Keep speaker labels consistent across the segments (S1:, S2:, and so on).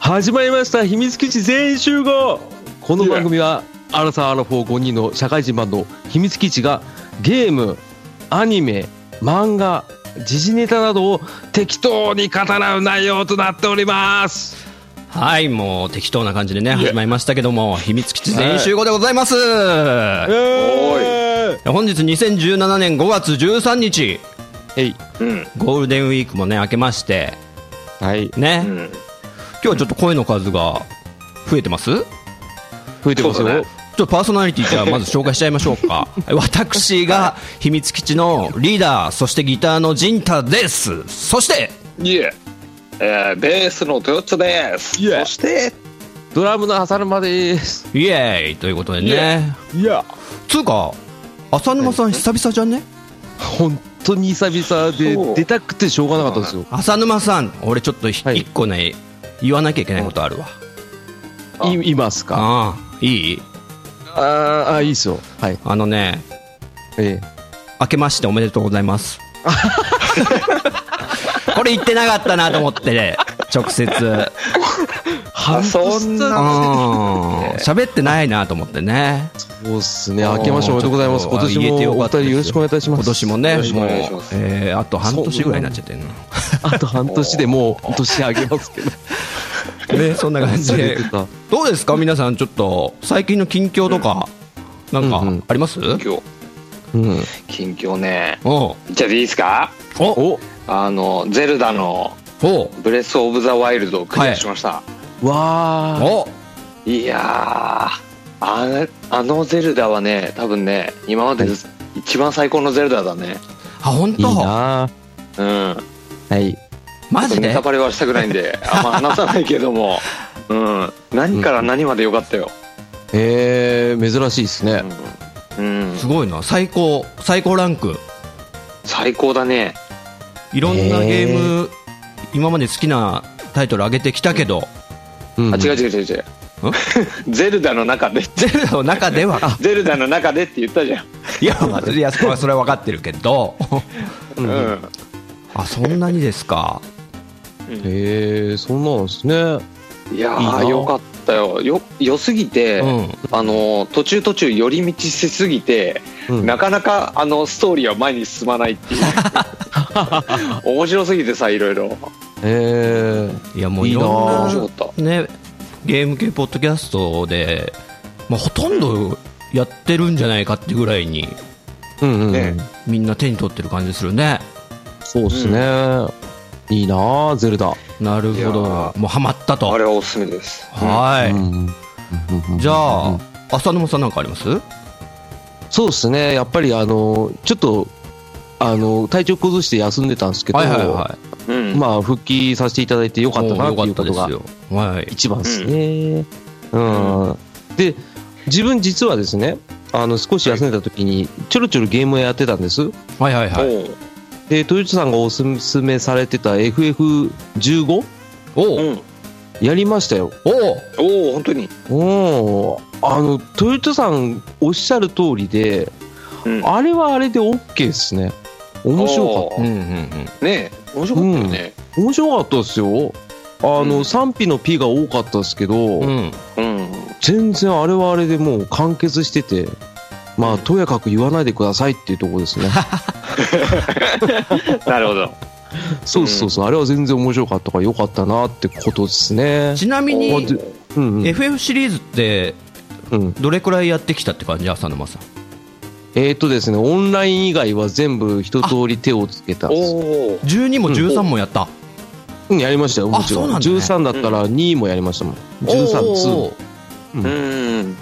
S1: 始まりました秘密基地全員集合この番組はアラサー・アラフォー5人の社会人バンド秘密基地がゲームアニメ漫画時事ネタなどを適当に語らう内容となっております
S2: はい、もう適当な感じでね、始まりましたけども、秘密基地全員集合でございます、
S1: え
S2: 本日2017年5月13日、
S1: ーい
S2: ゴールデンウィークもね、明けまして、
S1: はい
S2: ね、今日はちょっと声の数が増えてますちょ
S1: 増えてます
S3: そうだ
S1: よ
S3: ね
S2: っとパーソナリティじゃあまず紹介しちゃいましょ うか。私が秘密基地のリーダー、そしてギターのジンタです。そして、
S3: いえ、えー、ベースのトヨッチョです。
S1: いえ
S3: そして、
S1: ドラムの浅沼です
S2: イエーイということで
S3: イエ
S2: ね。
S1: いや
S2: つうか、浅沼さん久々じゃんね
S1: 本当に久々
S3: そ
S1: で
S3: う
S1: 出たくてしょうがなかったんですよ
S2: 浅沼さん俺ちょっとひ一、
S1: はい
S2: 個ね言わなきゃいけないことあるわ
S3: あ
S1: いいますか
S2: ああいい
S1: あーあいいっすよはい
S2: あのね
S1: え
S2: 明けましておめでとうございます これ言ってなかったなと思って 直接
S1: ー、半年
S3: そん
S2: う
S3: なん
S2: 喋ってないなと思ってね
S1: そうっすね。明けましておめでとうございます。
S2: うん
S1: 今年
S2: 言えて
S1: も
S2: よ
S1: お
S2: か
S1: 二
S2: った
S1: 人
S2: です
S1: よろしくお願いいたします。
S2: 今年もね
S3: よろしく
S2: も
S3: お
S2: う
S3: 願いします
S2: えーあと半年ぐらいになっちゃってんの
S1: あと半年でもう年上げますけ ど。
S2: ねそんな 感じで
S1: 忘れてた
S2: どうですか皆さんちょっと最近の近況とか、なん
S1: うんう
S2: か
S1: ん
S2: あります、
S3: 近況、
S1: うん。
S3: 近況ね。
S2: お
S3: 言っちゃっていいですか
S2: お
S1: お、
S3: あの、ゼルダの
S2: お
S3: ブレス・オブ・ザ・ワイルドをクリアしました。
S1: わ
S2: お
S3: い、やー、あのあのゼルダはね、多分ね、今までず一番最高のゼルダだね。
S2: あ本
S1: ーいい
S2: 当
S1: な
S3: うん。
S1: ー。はい。
S2: マジ
S3: ネ
S2: で
S3: タバレはしたくないんで、あんま話さないけども、うん。何から何までよかったよ。
S1: えー、珍しいですね。
S3: うん。うん
S2: すごいな最高最高ランク
S3: 最高だね。
S2: いろんなゲーム、今まで好きなタイトル上げてきたけど、
S1: うん
S3: あ違う違う違う違う ゼルダの中で
S2: ゼルダの中で は
S3: ゼルダの中でって言ったじゃん
S2: いやまあいやそこはそれは分かってるけど
S3: うん、
S2: あそんなにですか
S1: えー、そんなんですね。
S3: いや
S2: いいな
S3: ーよかったよよ良すぎて、
S2: うん
S3: あのー途中途中寄り道しすぎて、
S1: うん
S3: なかなかあのストーリーは前に進まないっていう面白すぎてさいろいろ
S1: えー、
S2: いやもう
S1: い
S2: い
S1: いな
S3: 面
S2: ろ
S3: 白
S2: ん
S3: かっ
S2: なねゲーム系ポッドキャストで、まあ、ほとんどやってるんじゃないかってぐらいに
S1: うんうん。
S3: ね
S2: みんな手に取ってる感じするね
S1: そうですね。いいなー、ゼルダ。
S2: なるほど
S3: いや
S2: もうハマった
S3: たあ
S2: と
S3: れはおすすめです
S2: はい、
S1: うんうんうん
S2: じゃあ浅沼さんなんかあります
S1: そうですね。やっぱりあの、ちょっと、あの、体調崩して休んでたんですけど、
S2: はいはいは
S3: うん、
S1: まあ、復帰させていただいてよ
S2: い。
S1: かったなって
S2: おー
S1: い
S2: よ
S1: うこと
S2: かっ
S1: が
S2: たですよ。はい。
S1: 一番ですね。うん。で、自分実はですね、あの、少し休んでた時に、ちょろちょろゲームをやってたんです。
S2: はいはい
S3: お
S2: はい。
S3: う
S1: で、豊内さんがおすすめされてた FF15?
S2: お
S3: う
S2: お
S3: ん
S1: やりましたよ。
S2: お
S3: おお本当に、
S1: おーあの、豊内さんおっしゃる通りで、
S3: うん、
S1: あれはあれで OK ですね。面白かっ
S3: か
S2: おうんうんうん。
S3: たねえ面白かったよね
S1: た。面白かったですよ。あの、
S3: うん
S1: 賛否の P が多かったですけど、
S2: うん、
S3: うん、
S1: 全然あれはあれでもう完結してて、まあ、とやかく言わないでくださいっていうところ ですね。
S3: なるほど
S1: そうそうそう、あれは全然面白かったから良かったなってことですね。
S2: ちなみ
S3: お
S2: に
S3: ー
S1: うんうん
S2: FF シリーズって
S1: うん、
S2: どれくらいやってきたって感じ浅沼さん
S1: えーっとですね、オンライン以外は全部一通り手をつけたんです。
S3: おー
S2: 12も13もやった、
S1: うん、やりましたよ、もちろ。
S2: あそうんなんだね
S1: 13だったら2もやりましたもん。13、2
S2: お
S1: も
S2: ー
S3: うん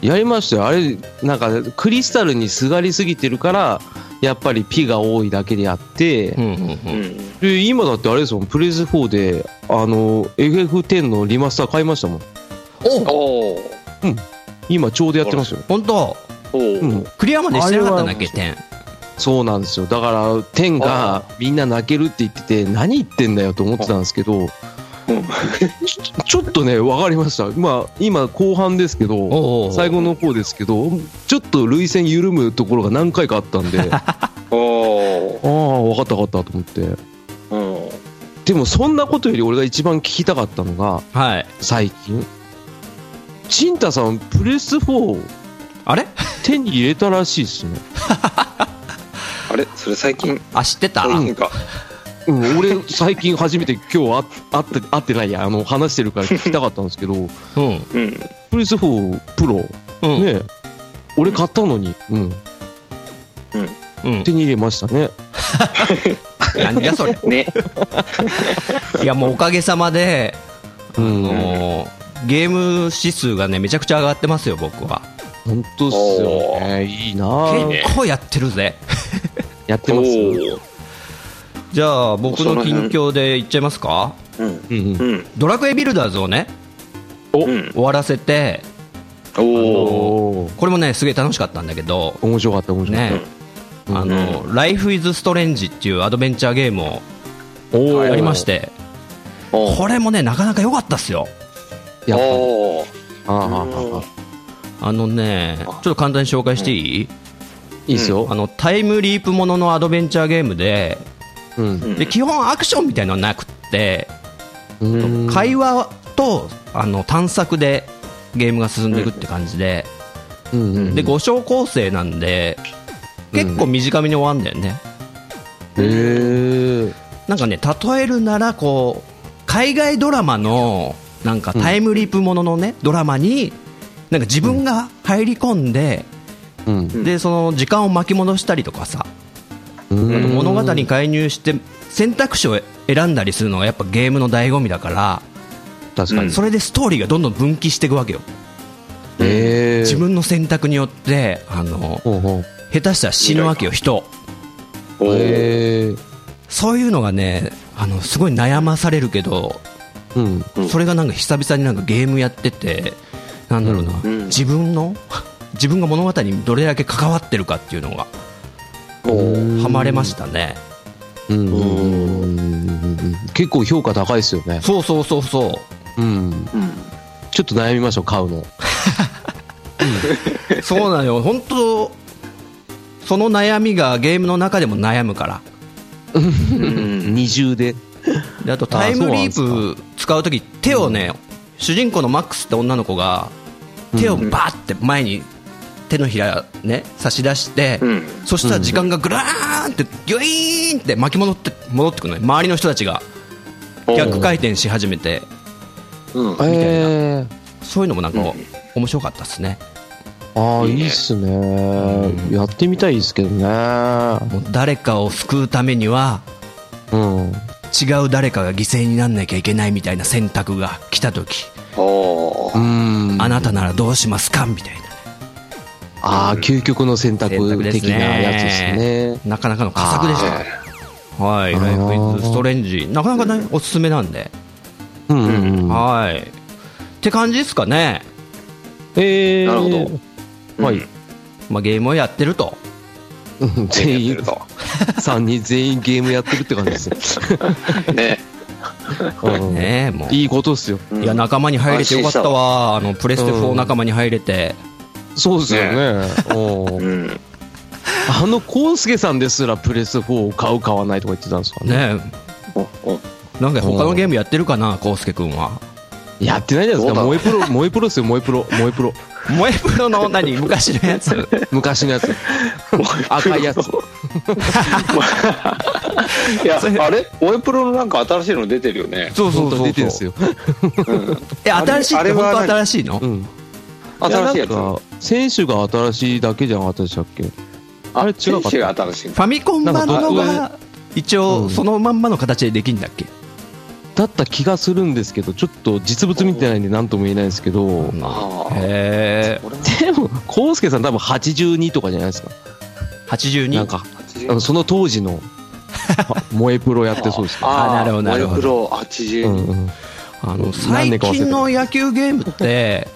S1: やりましたよ。あれ、なんか、クリスタルにすがりすぎてるから、やっぱり P が多いだけであって、
S2: うんうん
S3: う
S2: うん
S3: ん
S1: で今だってあれですもん、プレイズ4で、あの、FF10 のリマスター買いましたもん。
S2: おお
S3: おー
S1: 今ちょうどやってますよ。
S2: 本当
S3: おー
S1: うん。
S2: クリアまでしてなかったんだっけ点
S1: そうなんですよ。だから、天がみんな泣けるって言ってて、何言ってんだよと思ってたんですけど、ちょちょっとね、わかりました。まあ、今、後半ですけど、
S2: おお
S1: 最後の方ですけど、ちょっと涙腺緩むところが何回かあったんで、あ
S3: おー
S1: あ、わかったわかったと思って。
S3: うん
S1: でもそんなことより俺が一番聞きたかったのが、
S2: はい。
S1: 最近。チンタさん、プレス4を
S2: あれ
S1: 手に入れたらしいですね。
S3: あれそれ最近
S2: あ、知ってた、
S3: 最近か
S1: うん、俺、最近初めて今日あ会って、会ってないや、あの、話してるから聞きたかったんです けど、
S2: うん。
S3: うん
S1: プレス4プロ、
S2: うん。
S1: ね、俺買ったのに、うん、
S2: うん
S1: 手。に入れましたね。
S2: 何やそれ。
S3: ね
S2: いや、もうおかげさまで、
S1: う
S2: あ
S1: ん、
S2: のーゲーム指数がね、めちゃくちゃ上がってますよ、僕は。
S1: 本当っすよね。いいなぁ
S2: 結構やってるぜ。
S1: やって
S3: お
S1: ますよ。
S3: ー
S2: じゃあ、僕の近況でいっちゃいますか
S3: うん
S1: うんうん
S3: うん
S2: ドラクエビルダーズをね、
S3: うん
S2: 終わらせて、
S3: おお
S1: おー
S2: これもね、すげえ楽しかったんだけど、
S1: 面白かった、面白かっ
S2: ね、
S1: うん
S2: あの、Life is Strange っていうアドベンチャーゲームを
S1: た。お
S3: は
S1: ー
S3: い
S2: やりまして、これもね、なかなか良かったっすよ。
S1: やっぱり
S3: おー
S1: ああああああ
S2: あのね、ちょっと簡単に紹介していい、
S1: いいっすよ
S2: あ。のタイムリープもののアドベンチャーゲームで
S1: うん
S3: うん
S2: で基本アクションみたいなのなくって、
S1: うん
S2: 会話とあの探索でゲームが進んでいくって感じで,、
S1: うんうん
S2: で5章構成なんで結構短めに終わるんだよね、
S1: へえ。
S2: なんかね例えるならこう海外ドラマのなんかタイムリープもののね、ドラマになんか自分が入り込んで、
S1: うん
S2: でその時間を巻き戻したりとかさ、
S1: うん
S2: 物語に介入して選択肢を選んだりするのがやっぱゲームの醍醐味だから、
S1: 確かに。
S2: それでストーリーがどんどん分岐していくわけよ、
S1: へえ。
S2: 自分の選択によってあの
S1: ほうほう。
S2: 下手したら死ぬわけよ人
S3: おー
S1: へえ。
S2: そういうのがねあのすごい悩まされるけど、
S1: うん。
S3: うん
S2: それがなんか久々になんかゲームやっててなんだろうな、
S3: うん
S2: 自分の自分が物語にどれだけ関わってるかっていうのがハマれましたね
S1: うんうんうんうんうんうん結構評価高いですよね。
S2: そうそうそうそう
S1: うん。ちょっと悩みましょう、買うの。
S2: そうなの よ、本当、その悩みがゲームの中でも悩むから、
S3: うんうん
S1: 二重で。
S2: であとタイムリープ使うとき、手をね、主人公のマックスって女の子が、手をバーって前に、手のひら、ね、差し出して、
S3: うん
S2: そしたら時間がぐらーんって、ギュイーンって巻き戻って戻ってくるのね、周りの人たちが
S3: おー
S2: 逆回転し始めて、
S3: うん
S1: へえ。
S2: そういうのもなんか、
S3: うん
S2: 面白かったですね、
S1: ああ、
S3: いい
S1: い
S3: ね
S1: いっすね。やってみたいですけどね。
S2: もう誰かを救うためには、
S1: うん。
S2: 違う誰かが犠牲になんなきゃいけないみたいな選択が来た時、
S3: おー
S1: うん。
S2: あなたならどうしますかみたいな
S1: ああ、究極の選択
S2: 選択です
S1: 的
S2: ね
S1: なやつですね。
S2: なかなかの佳作でしたよはい「
S1: あー
S2: ライフ・イズ・ストレンジ」なかなかねおすすめなんで、
S1: うんうんうん。
S2: はいって感じですかね、
S1: ええ。
S3: なるほど
S1: はい。
S2: まあ、ゲームをやってると
S1: うん全
S3: やって
S1: 員
S3: る、と
S1: 3人全員ゲームやってるって感じ ですね。
S3: ね
S1: うん
S2: ねえもう
S1: いいことっすよ。
S3: うん
S2: いや仲間に入れてよかったわあのプレステ
S1: う
S2: 4
S1: ん
S2: 仲間に入れて、
S1: そうですよね。う
S3: うんん
S1: あの、コウスケさんですらプレス4を買う、買わないとか言ってたんですかね。
S2: ね
S3: おお
S2: えなんか他のゲームやってるかなこうすけくんは
S1: やってないじゃないですか。萌
S3: どう
S1: えプロ、 萌えプロですよ、萌えプロ、萌えプロ。
S2: 萌えプ ロの何昔のやつ
S1: 昔のやつ。赤いやつ。
S3: いやあれオエプロのなんか新しいの出てるよね
S2: そうそうそうそう
S1: 出てるんですよ。
S2: え新しいっ
S3: あ
S2: て
S3: れ
S2: 本
S3: は
S2: 当新しいの
S1: うん。あ
S3: 新しいやつ
S1: れなんか、選手が新しいだけじゃなかったでしたっけあれ違うかった
S3: 選手が新しいの
S2: ファミコン版の
S1: なん
S2: が一
S1: う
S2: 応
S1: ん
S2: そのまんまの形でできんだっけ、
S1: だった気がするんですけど、ちょっと実物見てないんで何とも言えないですけど、
S3: ああ
S2: へえ
S3: 俺も
S1: でも、コウスケさん多分82とかじゃないですか。
S2: 82
S1: なんか、あ
S3: 80
S1: のその当時の、あ萌えプロやってそうですけど。
S2: あーなるほどなるほど
S3: オエプ
S1: うん
S3: ロ80
S1: うん
S2: あの
S1: 何
S2: 最
S1: 年か忘れた
S2: 近の野球ゲーム って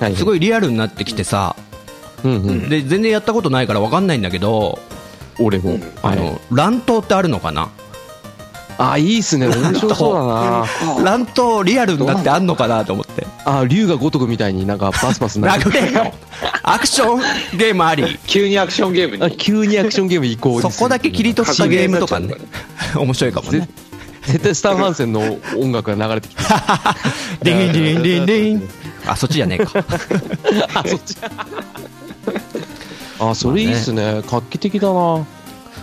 S1: はい
S2: すごいリアルになってきてさ、
S1: うんうん、
S2: で全然やったことないから分かんないんだけど、
S1: 俺も、
S2: あ
S1: あ
S2: の
S1: の
S2: 乱闘ってあるのかな
S1: あいいっすね面白そうだな
S2: 乱闘リアルになってあんのかなと思って
S1: あ竜が如くみたいになんかバスバスな
S2: 殴れよアクションゲームあり
S3: 急にアクションゲーム
S1: あ
S3: に
S1: 急にアクションゲーム移行
S2: そこだけ切り取ったゲームとかね面白いかもね
S1: 絶対スタン・ハンセンの音楽が流れてきて
S2: ディンディンディンディンあそっちじゃねえか
S1: あそっちあそれいいっすね画期的だな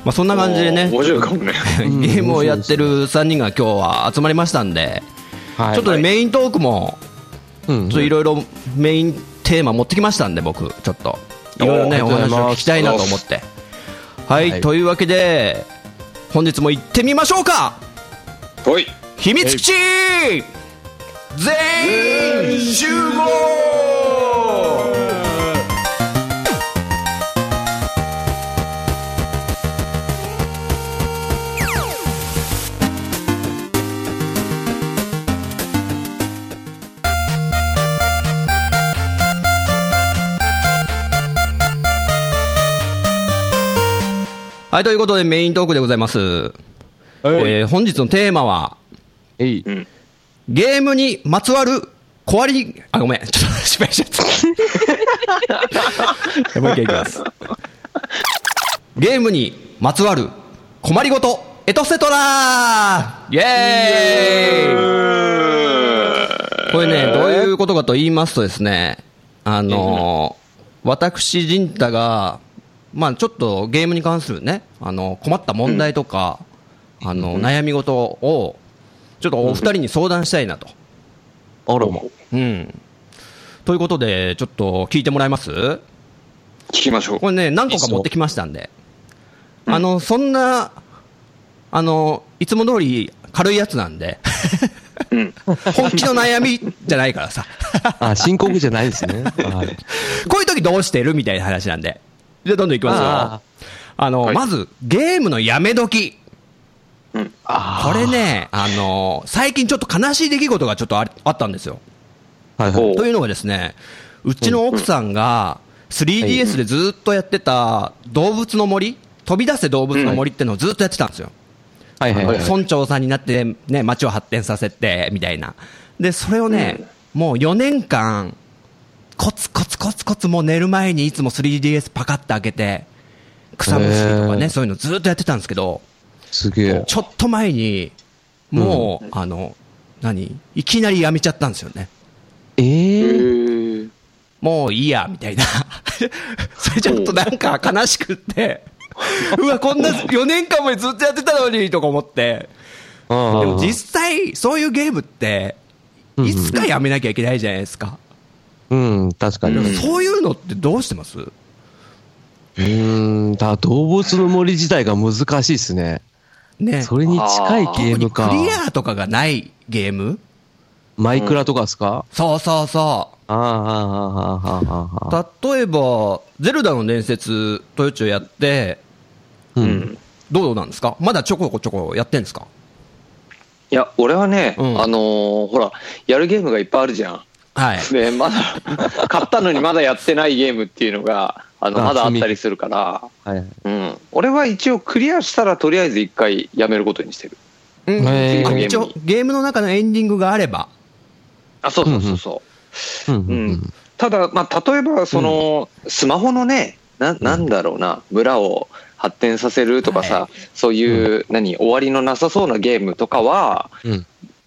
S2: まあそんな感じでね
S3: 面白いかもね。
S2: ゲームをやってる3人が今日は集まりましたんで、
S1: はい
S2: ちょっとね、メイントークも
S1: うん
S2: ちょっといろいろメインテーマ持ってきましたんで僕ちょっといろいろね
S1: お
S2: お
S1: ーありがとうござい
S2: 話
S1: ます
S2: を聞きたいなと思ってはい、
S1: はい
S2: というわけで本日も行ってみましょうか
S3: おい
S2: 秘密基地全員集合はいということでメイントークでございます、えー本日のテーマは
S1: えい
S2: ゲームにまつわる小割り、あ、ごめん、ち ょっと失敗しちゃった。もう一回いきます。ゲームにまつわる困りごと、エトセトライエーイこれね、どういうことかと言いますとですね、あのー、私、陣太が、まあちょっとゲームに関するね、あの、困った問題とか、あの、悩み事を、ちょっとお二人に相談したいなと。
S1: あらま
S2: うん。ということで、ちょっと聞いてもらえます
S3: 聞きましょう
S2: これね、何個か持ってきましたんで。あの、そんな、あの、いつも通り軽いやつなんで。
S3: うん
S2: 本気の悩みじゃないからさ。
S1: あ深刻じゃないですねはい
S2: こういう時どうしてるみたいな話なんで。じゃあどんどんいきますよ。
S1: あ
S2: あの、
S3: はい
S2: まず、ゲームのやめ時。
S3: うん
S1: あ
S2: これね、あの、最近ちょっと悲しい出来事がちょっとありあったんですよ。
S1: ーはいはい
S3: お
S2: というのがですね、うちの奥さんが 3DS でずっとやってた動物の森、飛び出せ動物の森ってのをずっとやってたんですよ。
S1: はいはいはい
S2: あの村長さんになって、ね、町を発展させて、みたいな。で、それをね、もう4年間、コツコツコツコツもう寝る前にいつも 3DS パカッと開けて、草むしりとか
S1: へ
S2: ね、
S1: ー
S2: そういうのずっとやってたんですけど、
S1: すげえ
S2: ちょっと前に、もう、あの、何いきなりやめちゃったんですよね。
S1: え
S3: え
S1: ー
S3: ー
S2: もういいや、みたいな。 それちょっとなんか悲しくって。うわ、こんな4年間もずっとやってたのに、とか思って。で
S1: あ
S2: も
S1: ー
S2: 実際、そういうゲームって、
S1: うん
S2: いつかやめなきゃいけないじゃないですか。
S1: うん確かに
S3: うん
S2: そういうのってどうしてます
S1: うーんだ動物の森自体が難しいですね
S2: ね。
S1: それに近いゲームか
S2: 特にクリアとかがないゲーム
S1: マイクラとかですか
S2: そうそうそ
S1: あーあーあーあーあーあー
S2: う。例えば、ゼルダの伝説、トヨチをやって、
S1: うん
S2: どうなんですかまだちょこちょこやってんですか
S3: いや俺はね、
S2: うん
S3: あのーほらやるゲームがいっぱいあるじゃん
S2: はい。
S3: でまだ 買ったのにまだやってないゲームっていうのがあの
S1: あ
S3: まだあったりするから、
S1: はいはい
S3: うん、俺は一応クリアしたらとりあえず一回やめることにしてる
S2: うん
S1: へ
S2: あ
S1: ー
S2: 一応、ゲームの中のエンディングがあれば。
S3: あそうそうそうそうう、うん
S1: ん
S3: ただ、まあ、例えばその、スマホのねななんだろうな村を発展させるとかさ、
S2: は
S3: そういう、何終わりのなさそうなゲームとかは
S1: うん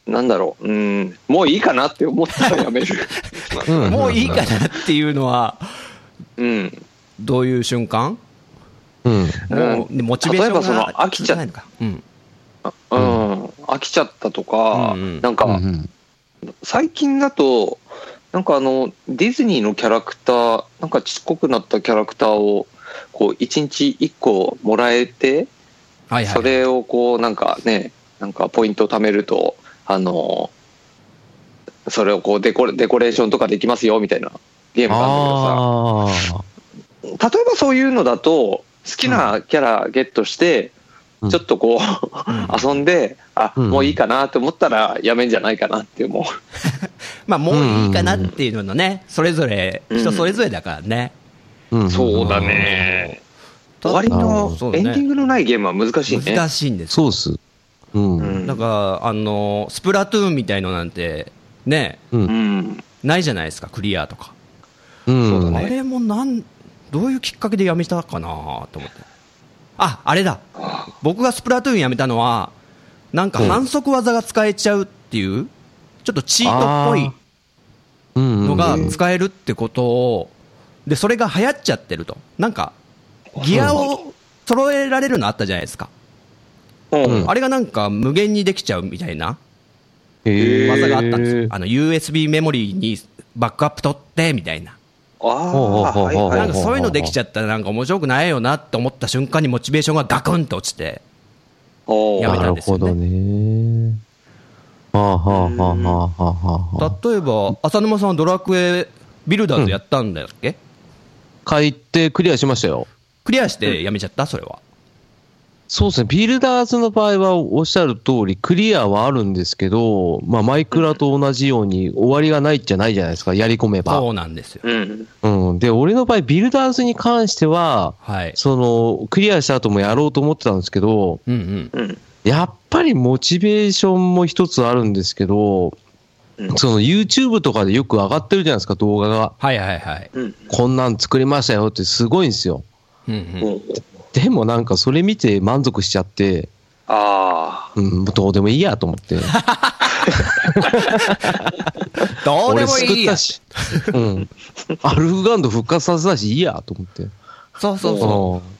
S3: なんだろううんもういいかなって思ったらやめる
S1: うん
S2: もういいかなっていうのは、
S3: うん
S2: どういう瞬間
S1: うん
S3: うん
S2: もう、モチベーションが
S3: 例えばその飽きちゃっ
S2: ないのか。うん。
S3: うん、飽きちゃったとか、
S2: うんうん
S3: なんか、
S1: うん
S3: 最近だとなんかあのディズニーのキャラクターなんかちっこくなったキャラクターをこう1日1個もらえて
S2: はいはい。
S3: それをこうなんかねなんかポイントを貯めるとあのそれをこうデコレデコレーションとかできますよみたいなゲームがあ
S1: ああ
S3: るんだけどさ例えばそういうのだと好きなキャラゲットして、
S1: うん
S3: ちょっとこう、
S2: ん
S3: 遊んであ、
S1: うん
S3: もういいかなと思ったらやめんじゃないかなって思う。
S2: まあ、もういいかなっていうのね、それぞれ、人それぞれだからね。
S1: うん
S3: そうだね終わりの
S2: そう
S3: エ
S2: ね
S3: ンディングのないゲームは難しいね。
S2: 難しいんです。
S1: そうっすうんうん
S3: ん
S2: なんか、あの、スプラトゥーンみたいのなんて、ね、
S1: うん
S3: うん。
S2: ないじゃないですか、クリアとか。
S3: そう
S2: あ
S3: だね
S2: れもなん、どういうきっかけでやめたかなと思って。あ、あれだ。僕がスプラトゥーンやめたのは、なんか反則技が使えちゃうっていう、ちょっとチートっぽい
S1: うんうん
S2: の
S1: うん
S2: が使えるってことを、で、それが流行っちゃってると。なんか、ギアを揃えられるのあったじゃないですか。
S3: うん
S1: うん
S2: あれがなんか無限にできちゃうみたいな
S1: へー
S2: 技があったんですよ。あの、USB メモリーにバックアップ取って、みたいな。
S3: あ
S1: ほう
S3: あ、
S1: ほうほう
S3: はい
S1: ほう
S2: な
S3: は
S2: ん
S3: い
S2: か。そういうのできちゃったらなんか面白くないよなって思った瞬間にモチベーションがガクンと落ちて、
S3: おー
S2: やめた
S1: なんる
S2: ですよ
S1: ほ
S2: ね
S1: どね。はあはあはあはあはあはあ。
S2: 例えば、浅沼さんはドラクエビルダーズやったんだっけ、
S1: 書いてクリアしましたよ。
S2: クリアしてやめちゃったそれは。
S1: そうですね。ビルダーズの場合はおっしゃる通り、クリアはあるんですけど、まあ、マイクラと同じように終わりがないじゃないじゃないですか、やり込めば。
S2: そうなんですよ。
S3: うん。
S1: うん。で、俺の場合、ビルダーズに関しては、
S2: はい。
S1: その、クリアした後もやろうと思ってたんですけど、
S2: うんうん。
S3: うん。
S1: やっぱりモチベーションも一つあるんですけど、
S3: うん
S1: その YouTube とかでよく上がってるじゃないですか、動画が。
S2: はいはいはい。
S3: うん。
S1: こんなん作りましたよってすごいんですよ。
S2: うん
S3: う
S2: うん
S3: ん。
S1: でもなんかそれ見て満足しちゃって、
S3: ああ。
S1: うん、どうでもいいやと思って。
S2: どう
S1: 俺
S2: でも
S1: 作
S2: い
S1: っ
S2: いや
S1: たし。 うん。アルフガンド復活させたし、いいやと思って。
S2: そうそうそう。
S1: うん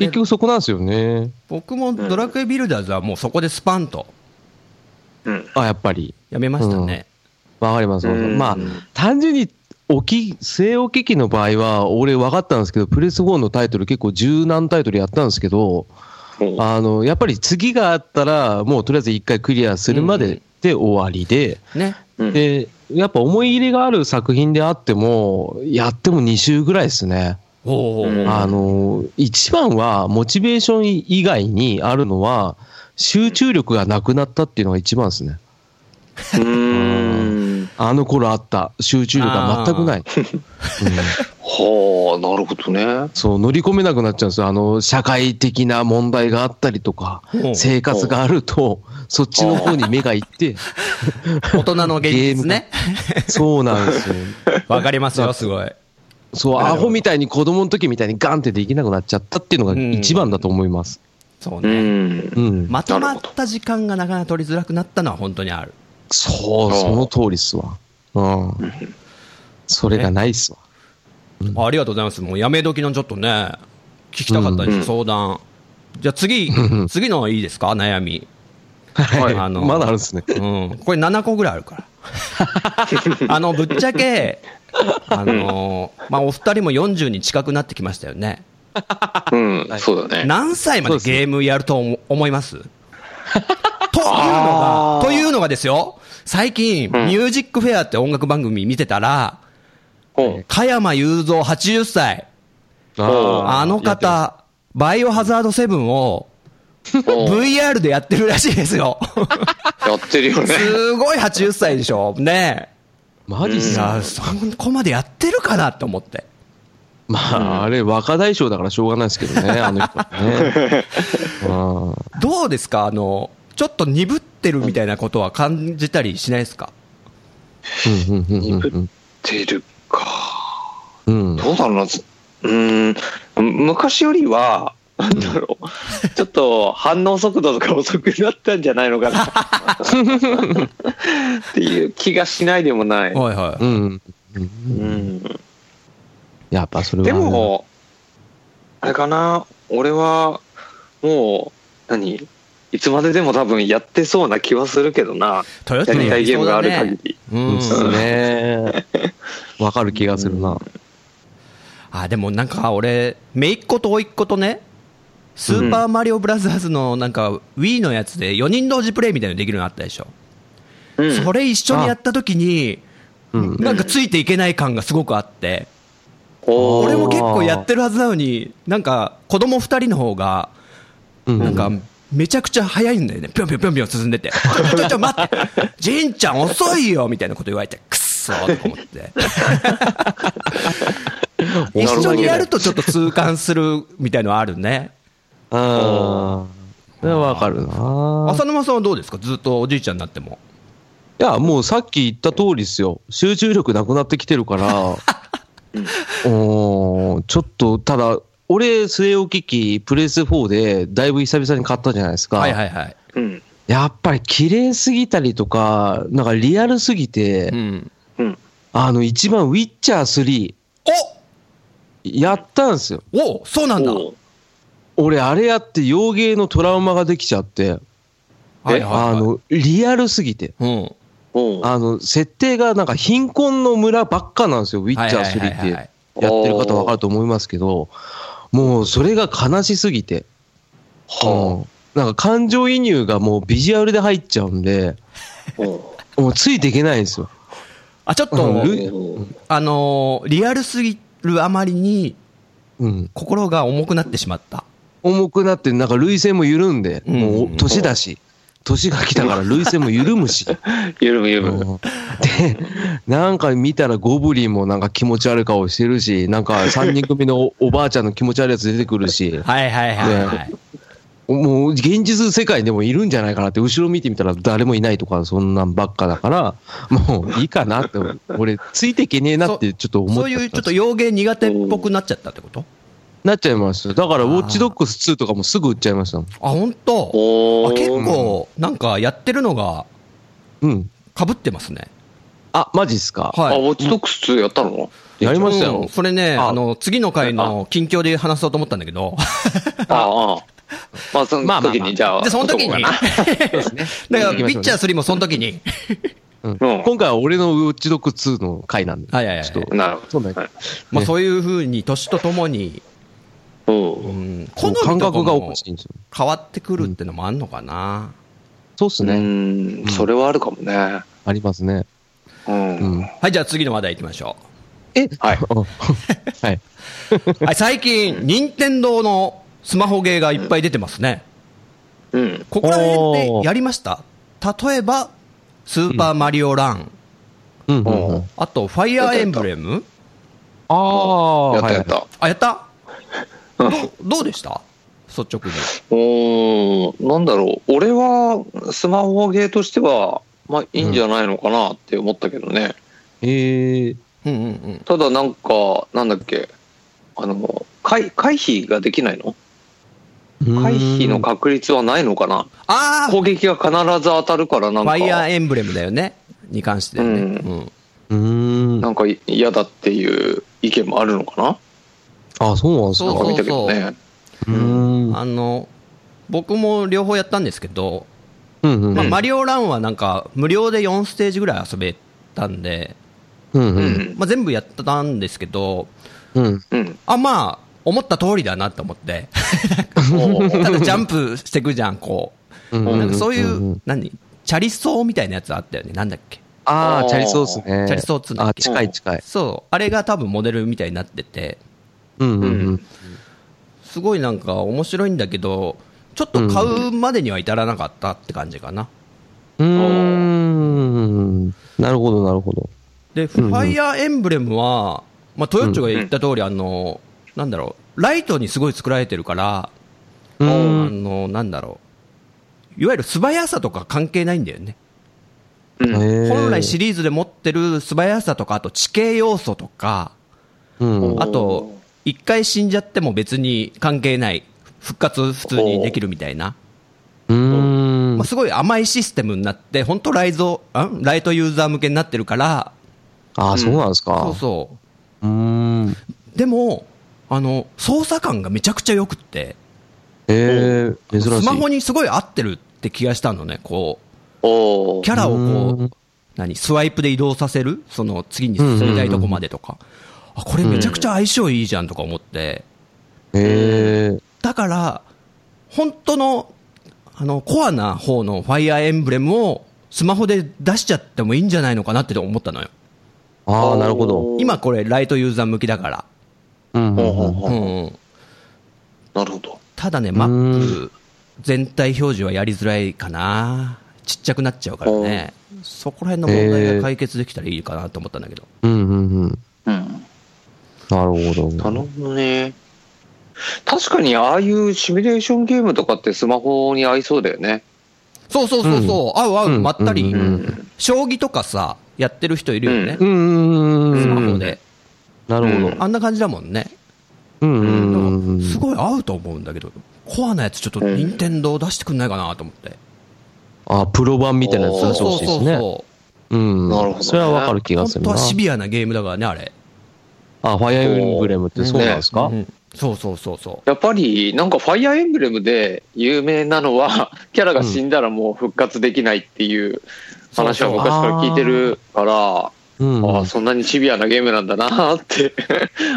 S1: 結局そこなんですよね。
S2: 僕もドラクエビルダーズはもうそこでスパンと
S3: うん。
S1: あ、やっぱり。
S2: やめましたね。
S1: わかります。わかりますまあ
S3: うん、
S1: 単純に、置き、据え置き機の場合は、俺分かったんですけど、プレス4のタイトル結構十何タイトルやったんですけど、
S3: うん
S1: あの、やっぱり次があったら、もうとりあえず一回クリアするまでで終わりで、
S2: ね。
S3: うん
S1: で、やっぱ思い入れがある作品であっても、やっても2週ぐらいですね。
S2: おお。
S3: うん
S1: あの、一番は、モチベーション以外にあるのは、集中力がなくなったっていうのが一番ですね。
S3: うーん。
S1: あの頃あった集中力が全くない。うん
S3: はあ、なるほどね。
S1: そう、乗り込めなくなっちゃうんですよ。あの、社会的な問題があったりとか、
S2: うん
S1: 生活があると、そっちの方に目がいって、
S2: 大人の現実ね。
S1: そうなんですよ。
S2: わかりますよ、すごい。
S1: そう、アホみたいに子供の時みたいにガンってできなくなっちゃったっていうのが一番だと思います。
S2: そう
S3: う
S2: ね。
S3: ん。
S1: うん。
S2: まとまった時間がなかなか取りづらくなったのは本当にある。
S1: そう、その通りっすわ。うん。それがないっすわ。
S2: ありがとうございます。もうやめ時のちょっとね、聞きたかったです、
S3: うん
S2: 相談。じゃあ次、次のいいですか悩み。
S1: はい
S2: あの
S1: まだあるんですね。
S2: うん。これ7個ぐらいある から。あの、ぶっちゃけ、あの、まあ、お二人も40に近くなってきましたよね。
S3: うん、そうだね。
S2: 何歳ま
S1: そ
S2: で
S1: うですね
S2: ゲームやると思思います というの
S3: あー
S2: が、というのがですよ、最近、
S3: ん
S2: ミュージックフェアって音楽番組見てたら、
S3: うん
S2: 加山雄三80歳、
S3: あ
S2: あの方、バイオハザード7を、
S3: うん
S2: VR でやってるらしいで すよ。
S3: やってるよね。
S2: すごい80歳でしょ。ね
S1: マジっ
S2: え。い
S1: す
S2: や
S1: か
S2: ー、そこまでやってるかなって思って。
S1: まあ、あれ、若大将だからしょうがないですけどね、あの人ね。うん
S2: どうですかあの、ちょっと鈍ってるみたいなことは感じたりしないですか
S1: うんうんうんうんうん
S3: やってるか。
S1: うん
S3: どうだろうな。ずうーん、昔よりは、なんだろう。ちょっと反応速度とか遅くなったんじゃないのかな。っていう気がしないでもない。
S2: はいは
S1: う
S2: い。
S1: んうん
S3: うん、
S1: やっぱそれは
S3: で
S1: ね。
S3: も、あれかな。俺は、もう、何いつまででも多分やってそうな気はするけどな。
S2: トヨ
S3: や
S2: タ
S3: りたいゲームがある限
S2: り。
S3: り。
S2: う
S1: うん
S2: ん
S1: っ。すね。わかる気がするな。
S2: あ、でもなんか俺、めいっ子とおいっ子とね、スーパーマリオブラザーズのなんか Wii のやつで4人同時プレイみたいなのできるのあったでしょ。
S3: うん
S2: それ一緒にやった時に、
S1: うん。
S2: なんかついていけない感がすごくあって。
S3: おー
S2: 俺も結構やってるはずなのに、なんか子供二人の方が、
S1: うん
S2: なんかめちゃくちゃ早いんだよね、ぴょんぴょんぴょんぴょん進んでて、ちょちょちょ、待 って、じんちゃん遅いよみたいなこと言われて、くっそーとか思って、 一緒にやるとちょっと痛感するみたいのはあるね、
S1: あーそれはわかるな。
S2: 浅沼さんはどうですか、ずっとおじいちゃんになっても。
S1: いや、もうさっき言った通りですよ。集中力なくなってきてる から、おーちょっと、ただ、俺、据え置き機、プレイス4で、だいぶ久々に買ったじゃないですか。
S2: はいはいはい、
S3: うん。
S1: やっぱり綺麗すぎたりとか、なんかリアルすぎて、
S2: うん。
S1: あの、一番ウィッチャー3、やったんですよ。
S2: おおそうなんだ。
S3: おう
S1: 俺、あれやって、洋芸のトラウマができちゃって、
S2: はいはい、
S1: あ
S2: はい。
S1: の、リアルすぎて。
S2: うん。
S3: おう
S1: あの、設定がなんか貧困の村ばっかなんですよ、ウィッチャー3って。やってる方わかると思いますけど、もうそれが悲しすぎて。う
S3: は
S1: んなんか感情移入がもうビジュアルで入っちゃうんで、
S3: あおう
S1: もうついていけないんですよ。
S2: あ、ちょっと、
S1: うんル
S3: おう
S2: あのーリアルすぎるあまりに、
S1: うん。
S2: 心が重くなってしまった。
S1: 重くなって、なんか涙腺も緩んで、
S2: うん
S1: もう年だし、年が来たから涙腺も緩むし。
S3: 緩む緩
S1: う
S3: む
S1: んで、なんか見たらゴブリンもなんか気持ち悪い顔してるし、なんか3人組のおおばあちゃんの気持ち悪いやつ出てくるし。
S2: はいはいはいはい。
S1: もう現実世界でもいるんじゃないかなって、後ろ見てみたら誰もいないとか、そんなんばっかだから、もういいかなって、俺、ついていけねえなってちょっと思
S2: そ
S1: っ
S2: う
S1: ち
S2: い
S1: ゃ
S2: う
S1: っ
S2: ちょったと洋芸苦手っぽくなっちゃったってこと
S1: なっちゃいます。だから、ウォッチドックス2とかもすぐ売っちゃいましたもん。
S2: あ、本当
S3: お
S2: あ
S3: う
S2: 結構、なんかやってるのが
S1: うん。
S2: 被ってますね。
S1: あ、マジっすか。
S3: あウ
S2: はい。
S3: ォッチドックス2やったの
S1: やりましたよ
S2: うん。それね、
S1: あ
S2: あの、次の回の近況で話そうと思ったんだけど、
S3: あああまあ
S1: ま
S3: そ
S1: あ
S3: の
S1: まあまあ
S3: 時にじゃあ
S2: で、その時に、
S3: 男
S2: だ
S3: が
S2: か
S3: な
S1: ですね。行
S2: ら、
S1: き
S2: ピ
S1: ましょ
S2: ッ
S1: う
S2: チ
S1: ね
S2: ャー3もその時に、
S1: うん
S3: うん
S1: 今回は俺のウォッチドックス2の回なんで。
S2: はいはいはい
S1: ちょっと、
S3: なるほ
S1: そうね。
S2: まあそういうふうに、年とともに、
S3: ど
S2: う、
S3: おうん
S2: 好
S1: この
S2: みとか
S1: 感
S2: も
S1: 覚がおかしいんですよ。
S2: 変わってくるってのもあんのかな。
S1: そうっす
S3: う
S1: ね。
S3: んそれはあるかもね
S1: ありますね。
S3: うん
S1: うん。
S2: はい、じゃあ次の話題行きましょ
S3: えは
S1: あは
S3: い
S1: い。
S2: う。はい、最近、任天堂のスマホゲーがいっぱい出てますね。
S3: うん
S2: ここら辺でやりました例えば、スーパーマリオラン、
S1: うんうんう
S3: お
S1: ん
S3: う。
S2: あと、ファイアーエンブレム
S1: ああ、
S3: や
S1: はい
S3: ったやった
S2: あ、やった
S3: う
S2: ど
S3: ん
S2: どうでした率直に。
S3: おーなんだろう俺はスマホゲーとしてはまあいいんじゃないのかなって思ったけどね、
S1: えー、
S2: うんうんうん。
S3: ただなんかなんだっけあの回回避ができないの回避の確率はないのかな
S2: あ
S3: 攻撃が必ず当たるからな
S2: あ
S3: ん
S2: フ
S3: か
S2: ァイアーエンブレムだよね。に関してだよね。
S3: う
S2: うん
S1: うーん
S3: なんか嫌だっていう意見もあるのかな
S1: あ、そうなんですか。
S2: そう
S3: なんか見たけど
S2: そう
S3: ね
S1: うーん。
S2: あの、僕も両方やったんですけど、
S1: うんうん
S2: まあ、
S3: うん
S2: マリオランはなんか、無料で4ステージぐらい遊べたんで、
S1: うんう
S3: うんん
S2: まあ、全部やったんですけど、
S1: うん
S3: うん
S2: あ、まあ、思った通りだなと思って。
S3: おー
S2: ただジャンプしてくじゃん、こ
S1: うん
S2: う。
S1: ん
S2: なんかそうい
S1: ん、
S2: うん何チャリソーみたいなやつあったよね。なんだっけ
S1: ああ、チャリソーっすね。
S2: チャリソーっつうんだっ
S1: あ、
S2: け
S1: 近い近い。
S2: そう。あれが多分モデルみたいになってて、
S1: うんうんう
S3: うんん。
S2: すごいなんか面白いんだけど、ちょっと買うまでには至らなかったって感じかな。
S1: うーん。なるほど、なるほど。
S2: で、
S1: うんうん
S2: ファイアーエンブレムは、まあ、トヨッチョが言った通り、あの、なんだろう、ライトにすごい作られてるから、
S1: う
S2: あ
S1: ーん。
S2: の、なんだろう、いわゆる素早さとか関係ないんだよね。
S3: うん
S1: へー
S2: 本来シリーズで持ってる素早さとか、あと地形要素とか、
S1: うん。
S2: あと
S3: おー、
S2: 一回死んじゃっても別に関係ない、復活普通にできるみたいな、
S1: うーん
S2: まあ、。すごい甘いシステムになって、本当ライゾ、んライトユーザー向けになってるから、
S1: ああ、そうなんです
S2: そ
S1: か
S2: う。そう
S1: ーん。
S2: う。でも、あの、操作感がめちゃくちゃ良くって、
S1: ええ、珍しい。
S2: スマホ
S1: に。
S2: にすごい合ってるって気がしたのね、こ
S3: お
S2: う、
S3: ー
S2: キャラを
S1: う
S2: こ
S1: ん
S2: う、何、スワイプで移動させるその次に進みたいとこまでとか。あ、これめちゃくちゃ相性いいじゃんとか思って。
S1: ええ。
S2: だから、本当の、あの、コアな方のファイアーエンブレムをスマホで出しちゃってもいいんじゃないのかなって思ったのよ。
S1: ああ、なるほど。
S3: おー
S2: 今これライトユーザー向きだから。
S1: うんうんうん。
S2: う
S3: うん
S2: んうん。
S3: なるほど
S2: ただね、
S1: ん
S2: マップ全体表示はやりづらいかな。ちっちゃくなっちゃうからね。そこら辺の問題が解決できたらいいかなと思ったんだけど。
S1: うんうんうん。
S3: うん
S1: なるほ
S3: なる
S1: ど。
S3: ほどね確かにああいうシミュレーションゲームとかってスマホに合いそうだよね
S2: そうそうそうそう、合う合う、まったり、
S1: うん
S2: 将棋とかさ、やってる人いるよね
S1: う、んうんうん。
S2: スマホ。で、
S1: なるほど。
S2: あんな感じだもんね、
S1: うんう
S2: だ
S1: んうんう
S2: か
S1: ん。
S2: らすごい合うと思うんだけど、コアなやつ、ちょっと
S3: うん
S2: 任天堂出してくんないかなと思って、
S1: あ、プロ版みたいなやつ
S3: そう
S1: 出してほ
S2: そう
S1: しいで
S2: そう
S1: すね。
S2: そ
S1: うん。
S3: なるほどね
S1: それはわかる気
S2: う。
S1: が
S2: 本
S1: する
S2: 当
S1: な
S2: は。シビアなゲームだからね、あれ。
S1: あ、ファイアーエンブレムってそうなんですか
S2: うんそうそうそうそ
S3: やっぱりなんかファイアーエンブレムで有名なのは キャラが死んだらもう復活できないっていう話は昔から聞いてるから
S1: うん
S3: ああそんなにシビアなゲームなんだなって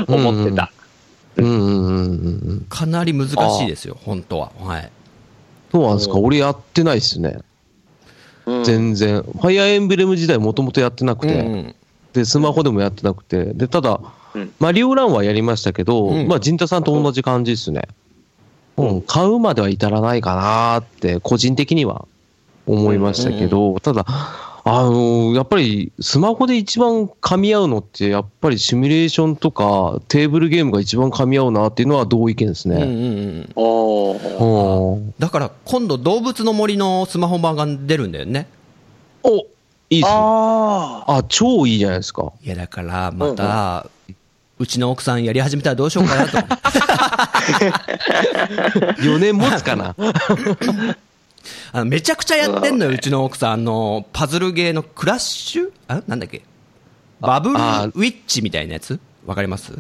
S3: 思ってた、
S1: うんうんうんうん。
S2: う。かなり難しいですよ、本当は。はい。
S1: そうなんですか俺やってないっすね。
S3: うん
S1: 全然。ファイアーエンブレム時代もともとやってなくて。
S2: うん
S1: で、スマホでもやってなくて。で、ただ、
S3: うん
S1: マリオランはやりましたけど、
S2: うん
S1: まあ、陣田さんと同じ感じですね。うん、買うまでは至らないかなーって、個人的には思いましたけど、ただ、あのーやっぱりスマホで一番噛み合うのって、やっぱりシミュレーションとかテーブルゲームが一番噛み合うなっていうのは同意見です
S2: うんう
S1: ね。
S2: んうん。
S3: あー
S1: うん
S2: だから今度動物の森のスマホ版が出るんだよね。
S1: おいいっすね。
S3: あ
S1: あ、超いいじゃないですか。
S2: いやだからまた、うちの奥さんやり始めたらどうしようかなと思って。
S1: 4年持つかな。
S2: あのめちゃくちゃやってんのよ、うちの奥さん。あの、パズルゲーのクラッシュあなんだっけバブルウ
S1: あ
S2: ィッチみたいなやつわかります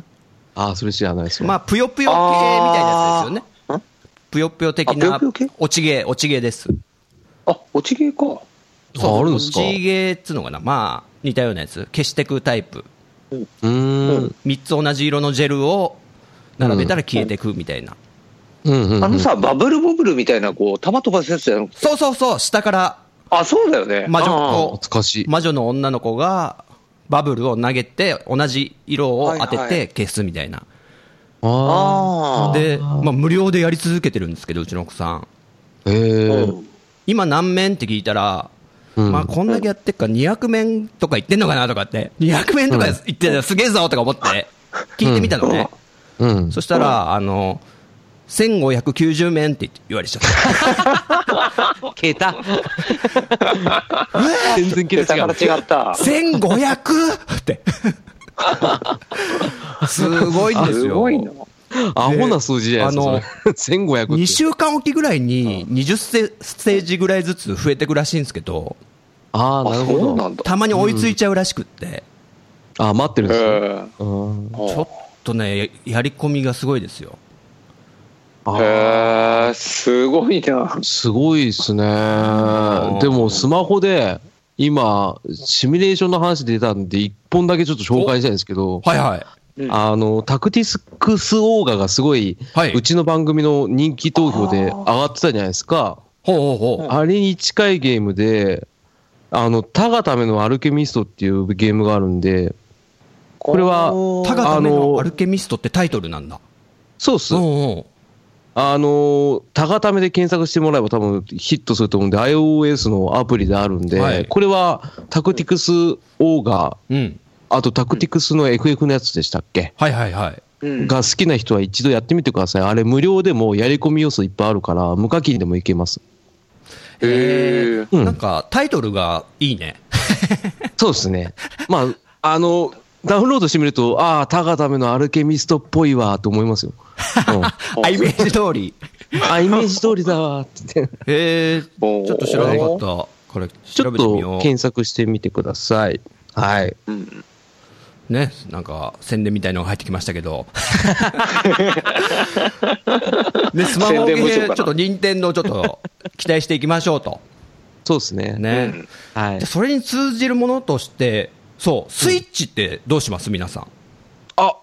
S1: あ、それ知らないですわ。
S2: まあ、ぷよぷよ系みたいなやつですよね。ぷよぷよ的
S3: あぷ
S2: な
S3: よぷよ系、
S2: 落ちゲー、落ちゲーです。
S3: ああ落ちゲーか
S1: ああるんですか
S2: 落ちゲーっつうのかなまあ、似たようなやつ。消してくタイプ。
S1: うーん。
S2: 3つ同じ色のジェルを並べたら消えてくみたいな。
S1: うんうんうん
S3: あのさ、バブルボブルみたいな、こう、玉飛ばすやつじゃなくて
S2: そうそうそう、下から
S3: あ、そうだよね。
S2: 魔女
S3: あー
S2: を
S1: 懐かしい。
S2: 魔女の女の子がバブルを投げて同じ色を当て
S3: はいは
S2: て消すみたいな、
S1: あ
S3: あー
S2: で、まあ、無料でやり続けてるんですけどうちの奥さん
S1: あ。へえ。
S2: 今何面って聞いたら、
S1: うん
S2: まあ、こんだけやってっから200面とか言ってんのかなとかって200面とか言ってたらすげえぞとか思って聞いてみたのね、
S1: うん。
S2: そしたらあの1590面って言われちゃ った
S1: 消えた。全然
S3: 桁
S1: 違
S3: から
S1: う。
S3: 違った。
S2: 1500! ってすごいんですよ
S3: すごいな。
S1: アホな数字じゃないですか。
S2: あの
S1: それ1500って。
S2: 2週間おきぐらいに20ステステージぐらいずつ増えてくらしいんですけど、
S1: ああ、
S3: あ、
S1: なる
S3: そう
S1: ほ
S3: な
S1: ど。
S3: んだ。
S2: たまに追いついちゃうらしくって、
S1: ああ、待ってるん
S3: へ
S1: ですね。
S3: ー
S1: うん
S2: ちょっとね、ややり込みがすごいですよ。
S1: あー
S3: へーすごいな。
S1: すごいですね。でも、スマホで、今、シミュレーションの話出たんで、一本だけちょっと紹介したいんですけど、
S2: はいはい。
S3: うん
S1: あの、タクティスクスオーガがすごい、
S2: は
S1: う
S2: い。
S1: ちの番組の人気投票で上がってたじゃないですか。
S2: ほうほうほう。
S1: あれに近いゲームで、あの、タガタメのアルケミストっていうゲームがあるんで、
S3: こ
S1: れは
S2: タガ
S1: あ
S2: タメの
S1: の
S2: アルケミストってタイトルなんだ。
S1: そうっす
S2: う。んうん。
S1: あの、タガタメで検索してもらえば多分ヒットすると思うんで、iOS のアプリであるんで、
S2: はい
S1: これはタクティクスオーガ
S2: うん。
S1: あとタクティクスの FF のやつでしたっけ、
S2: はいはいはい。
S3: うん
S1: が好きな人は一度やってみてください。あれ無料でもやり込み要素いっぱいあるから、無課金でもいけます。
S3: へー
S1: うん
S2: なんか、タイトルがいいね。
S1: そうですね。 まあ、あの、ダウンロードしてみると、ああ、タガタメのアルケミストっぽいわ、と思います よ。うん
S3: お
S2: あイメージ通り。
S1: あ、イメージ通りだわって言って、
S2: へえ。ち
S3: おー
S2: ょっと知らなかった。これ、
S1: ち
S2: 調
S1: ょっ
S2: べてみ
S1: と
S2: よ
S1: 検索してみてください。はい。
S3: うん
S2: う。ね。なんか、宣伝みたいのが入ってきましたけど。
S3: で
S2: スマホゲ
S3: 宣伝もしよう
S2: ー、
S3: かな
S2: ちょっと任天堂ちょっと期待していきましょうと。
S1: そうですね。
S2: ね。
S3: うん
S1: は
S2: じゃあ
S1: い。
S2: それに通じるものとして、そう、スイッチってどうします皆さん。
S1: あ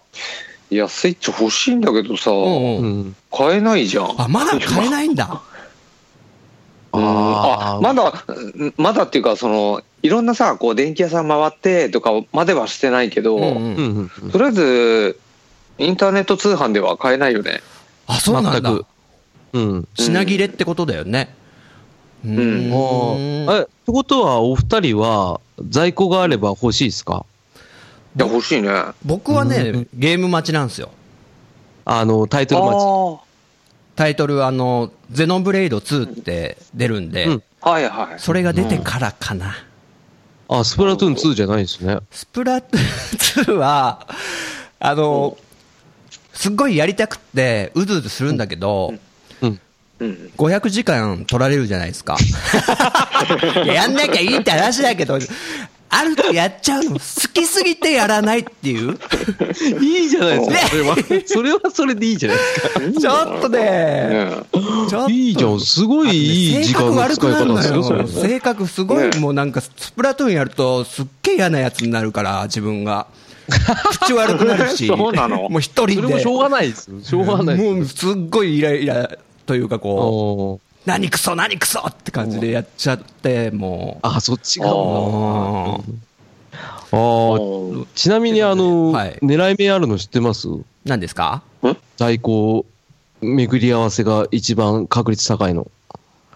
S3: いや、スイッチ欲しいんだけどさ、
S2: うん
S1: う
S2: うん。
S1: ん。
S3: 買えないじゃん。
S2: あ、まだ買え
S3: い
S2: ないんだ。
S1: あ
S3: あ
S1: ー
S3: まだ、うんまだっていうか、その、いろんなさ、こう、電気屋さん回ってとかまではしてないけど、
S2: うんう。
S1: うんんうん
S3: とりあえず、インターネット通販では買えないよね。
S2: あ、そうなんだ
S1: 全。くうん。うん。
S2: 品切れってことだよね。う
S3: うん
S1: ああ。え、ってことは、お二人は、在庫があれば欲しいですか
S3: いや、欲しいね。
S2: 僕は
S1: う
S2: ね
S1: ん、
S2: ゲーム待ちなんですよ。
S1: あの、タイトルマッ
S3: あ
S2: タイトル、あの、ゼノブレイド2って出るんで、
S1: うん
S3: あ、はいはい。
S2: それが出てからかな。
S1: チ。あ、スプラトゥーン2じゃないんですね。
S2: スプラトゥーン2は、あの、すっごいやりたくって、うずうずするんだけど、
S1: うん
S3: うん。
S2: 500時間取られるじゃないです か。いややんなきゃいいって話だけど、あるとやっちゃうの好きすぎてやらないっていう。
S1: いいじゃないですか、それは。 それはそれでいいじゃないですか。
S2: ちょっとね、
S3: ね
S2: ちょっと。
S1: いいじゃん、すごいいい時間の使い方ですよ、それ
S2: 性格悪くなるのよ。性格すごい、もうなんか、スプラトゥーンやると、すっげえ嫌なやつになるから、自分が。口悪くなる し。
S3: そうなの
S2: もう一人で。
S1: それもしょうがないですよ。しょうがないです。
S2: もうすっごいイライラというかこ
S1: おー
S2: う、何クソ何クソって感じでやっちゃって、もう。
S1: あ、そっちか。
S3: あ
S2: あ
S1: あー
S3: うん
S1: ちなみに、あの、
S2: はい
S1: 狙い目あるの知ってます
S2: 何ですか
S1: 最高巡り合わせが一番確率高いの。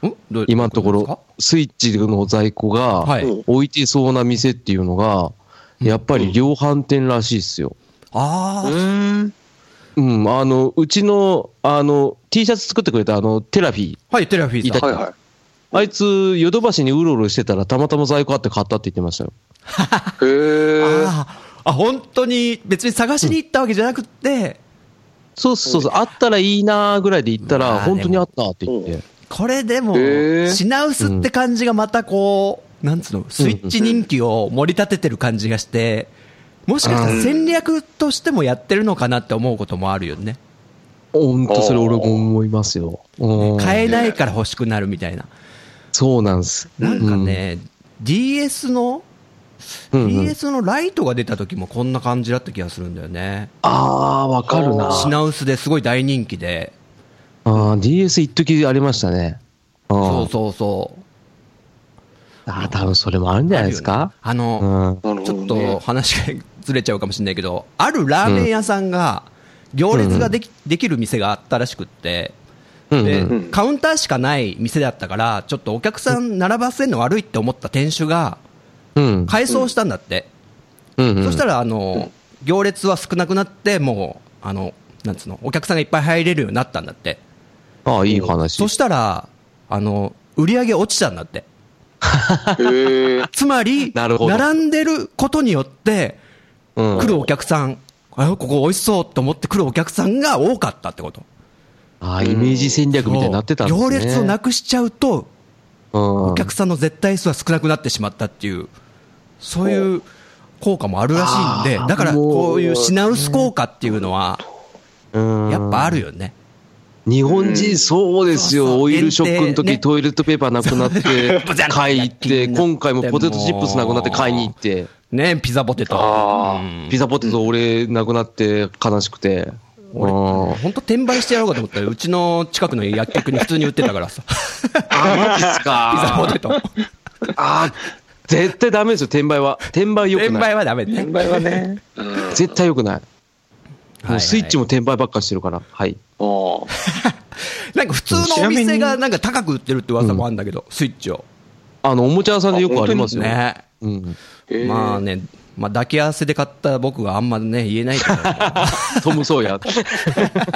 S2: んどう
S1: 今のとこ
S2: どういう
S1: ろ
S2: こ、
S1: スイッチの在庫が、
S2: とですかはい。
S1: 置いてそうな店っていうのが、やっぱり量販店らしいっすよ。
S2: あ
S3: う
S2: あ、
S3: ーん。
S1: うん、あの、うちの、あの、T シャツ作ってくれた、あの、テラフィー。
S2: はい、テラフィーさん。
S3: はいは
S1: あいつ、ヨドバシにうろうろしてたら、たまたま在庫あって買ったって言ってましたよ。
S3: い。へえ。
S2: あーあ、本当に別に探しに行ったわけじゃなくて、
S1: そうそうそう、あったらいいなーぐらいで言った
S2: まあ
S1: ら、
S2: でも
S1: 本当にあったって言っ
S3: う
S1: て。
S2: これでも、
S3: へー
S2: 品薄って感じがまたこう、なんつうの、スイッチ人気を盛り立ててる感じがして、もしかしたら戦略としてもやってるのかなって思うこともあるよね。
S1: ほんと、それ俺も思いますよ。うん
S2: 買えないから欲しくなるみたいな。
S1: そうなんです。
S2: なんかね、DS の、
S1: うんうん
S2: DS のライトが出た時もこんな感じだった気がするんだよね。
S1: あー、わかるな。
S2: 品薄ですごい大人気で。
S1: あー DS 一時ありましたね。うん
S2: そうそうそう。
S1: あー、多分それもあるんじゃないですか。
S2: あ
S1: う
S2: の、
S1: ん。
S3: なるほ
S2: ち
S3: ど
S2: ょっと
S3: ね。
S2: 話がずれちゃうかもしれないけど、あるラーメン屋さんが、行列ができ,、できる店があったらしくって、
S1: うん
S2: で
S1: うん
S3: ん
S2: カウンターしかない店だったから、ちょっとお客さん並ばせるの悪いって思った店主が、
S1: うん。
S2: 改装したんだって。
S1: うんうん
S2: そしたら、あの、行列は少なくなって、もう、あの、なんつうの、お客さんがいっぱい入れるようになったんだって。
S1: ああ、いい話。
S2: そしたら、あの、売り上げ落ちたんだって。
S3: へえ。
S2: つまり、
S1: なるほど
S2: 並んでることによって、
S1: うん
S2: 来るお客さん、あここ美味しそうと思って来るお客さんが多かったってこと。
S1: ああ、イメージ戦略みたいになってたんですね。
S2: 行列をなくしちゃうと、
S1: お
S2: お客さんの絶対数は少なくなってしまったっていう、そういう効果もあるらしいんで、
S1: あー
S2: だから
S1: もう
S2: こういう品薄効果っていうのは、やっぱあるよね。
S1: 日本人、そうです
S2: そうそ
S1: よ。
S2: う
S1: オイルショックの時、
S2: 限定ね
S1: トイレットペーパーなくな って
S2: そう、
S1: 買いに行っ
S2: ブチャ
S1: て、
S2: ン
S1: 今回もポテトチップスなくなって買いに行って、
S2: ねピザポテト。
S3: あー
S2: うん
S1: ピザポテト俺なくなって悲しくて。
S2: 俺、
S1: うん
S2: 本当転売してやろうかと思ったら、うちの近くの薬局に普通に売ってたからさ、ピ
S1: あ、マジっす
S2: ザ
S1: か。
S2: ポテト。
S1: あー、絶対ダメですよ、転売は。転売良く
S2: 転
S1: な
S2: 売
S1: い。
S2: はダメね。
S3: 先輩はね。うん。
S1: 絶対良くない。
S2: は
S1: も
S2: いう
S1: スイッチも転売ばっかしてるから。はい。
S3: あ
S2: なんか普通のお店がなんか高く売ってるって噂もあるんだけど、スイッチを。
S1: あの、おもちゃ屋さんでよくありますよ。
S2: ね。
S1: うん。
S3: ー
S2: まあ。ね、まあ抱き合わせで買った僕があんまね、言えないけ ど。
S1: トム・ソーヤ。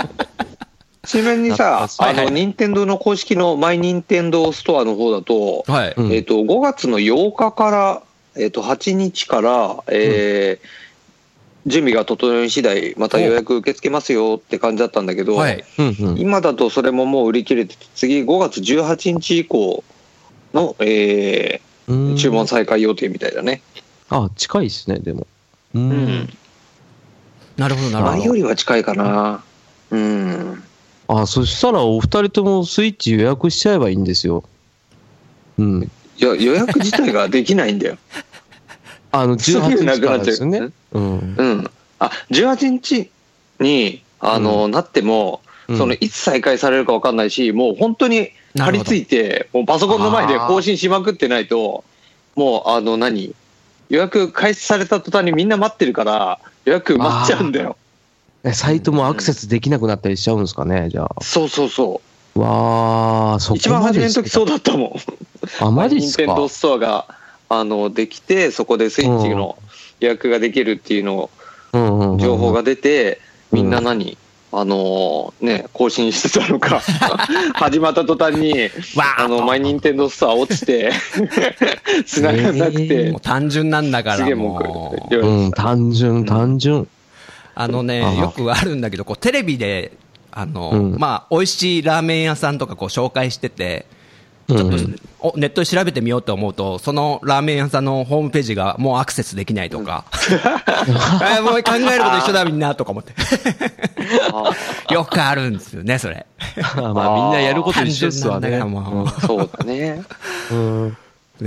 S3: ちなみにさ、
S1: は
S3: あ
S1: いはい
S3: の、任天堂の公式のマイ任天堂ストアの方だと、
S2: はい。
S1: うん
S3: えっと、5月の8日から、えっと、8日から、えー準備が整い次第、また予約受け付けますよって感じだったんだけど、
S2: はい。
S1: うんうん。
S3: 今だとそれももう売り切れてて、次5月18日以降の、えー
S1: うん
S3: 注文再開予定みたいだね。
S1: あ、近いですね、でも。う
S3: うんん。。
S2: なるほど、なる
S3: 前
S2: ほ
S3: よ
S2: ど。
S3: りは近いかな。うん。
S1: あ、そしたらお二人ともスイッチ予約しちゃえばいいんですよ。うん。
S3: いや、予約自体ができないん だよ。
S1: あの、
S3: すぐ
S1: 18
S3: な
S1: 日
S3: く
S1: か
S3: な
S1: ら
S3: っち
S1: で
S3: ゃ
S1: す
S3: う。
S1: よね。うん。
S3: うん。あ、18日に、あの、なっても、
S1: うん
S3: その、いつ再開されるか分かんないし、もう本当に張り付いて、もうパソコンの前で更新しまくってないと、もう、あの、何予約開始された途端にみんな待ってるから、予約埋まっちゃうんだよ。
S1: えサイトもアクセスできなくなったりしちゃうんですかね、じゃあ。
S3: そうそうそ。
S1: わー、そうこまで
S3: 一番初めの時そう
S1: だ。
S3: だったもん。
S1: あ、マジっす
S3: 任天
S1: か
S3: 堂。ストアが、あの、できて、そこでスイッチの予約ができるっていうのを、
S1: うんうんうん
S3: 情報が。出て、
S1: うん
S3: みんな何、あのーね、更新してたのか、始まった途端に、
S2: わ
S3: あの、マイニンテンドストア落ちて、繋がんなく
S1: え
S3: て
S2: もう、単純なんだか
S3: すげえ
S2: ら、
S3: 文句
S2: も
S3: 言
S2: う。
S3: わ
S1: う
S3: れま
S1: ん、
S3: した。
S1: 単純、単純。
S2: あの
S1: あは
S2: ね、よくあるんだけど、こう、テレビで、あの、
S1: うん
S2: まあ、美味しいラーメン屋さんとかこう紹介してて、
S1: う
S2: ちょっと、
S1: ん
S2: おネットで調べてみようと思うと、そのラーメン屋さんのホームページがもうアクセスできない とか、 あもう考えること一緒だみんなとか思って。
S3: あ
S2: よくあるんですよね、それ。
S1: あまあみんなやること一緒っすわね。
S2: 単純なんだよも
S3: ーそうだね。
S1: うんうん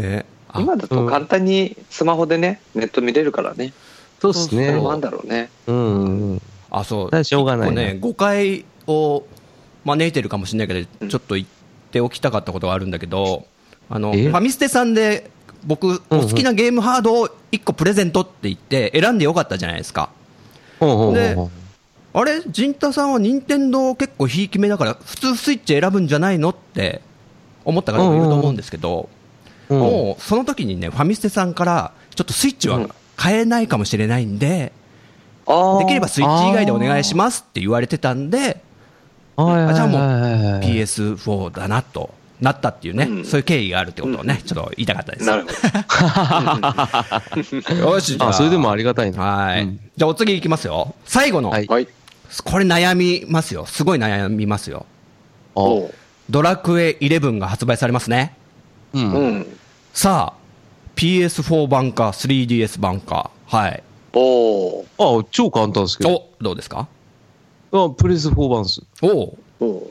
S2: ね。あ
S3: 今だと簡単にスマホでね、ネット見れるからね。
S1: そうっす
S3: そ
S1: ね
S3: れ。もあんだろうね。
S1: うんうん。
S2: あ、そう
S1: た。だしょうがないな。
S2: ね、誤解を招いてるかもしれないけど、ちょっと言っておきたかったことがあるんだけど、あの、フ
S1: え
S2: ァミステさんで、僕、お
S1: うん
S2: 好きなゲームハードを1個プレゼントって言って、選んでよかったじゃないですか。
S1: ほうほう
S2: で
S1: ほうほう
S2: あれ、陣太さんは任天堂結構ひいき目だから、普通スイッチ選ぶんじゃないのって思った方もいると思うんですけど、
S1: うん
S2: もうその時にね、ファミステさんから、ちょっとスイッチ
S3: う
S2: は
S3: ん
S2: 変えないかもしれないんで、
S3: ああ。
S2: できればスイッチ以外でお願いしますって言われてたんで、
S1: はいはい
S2: あじゃあもう
S1: はいはいはい
S2: PS4 だなとなったっていうね、
S3: うん
S2: そういう経緯があるってことをね、ちょっと言いたかったです。
S3: なるほど。
S2: よし、じゃ
S1: あ、それでもありがたいな。
S2: はい、
S1: うん
S2: じゃあお次いきますよ。最後の、
S1: はい
S3: はい。
S2: これ悩みますよ。すごい悩みますよ。
S3: おう
S2: ドラクエ11が発売されますね。
S1: う。
S3: うんん。
S2: さあ、PS4 版か 3DS 版か。はい。
S3: おう
S1: あ、超簡単ですけど。
S2: お、どうですか
S1: あプレス4バンス。
S2: おう。
S3: お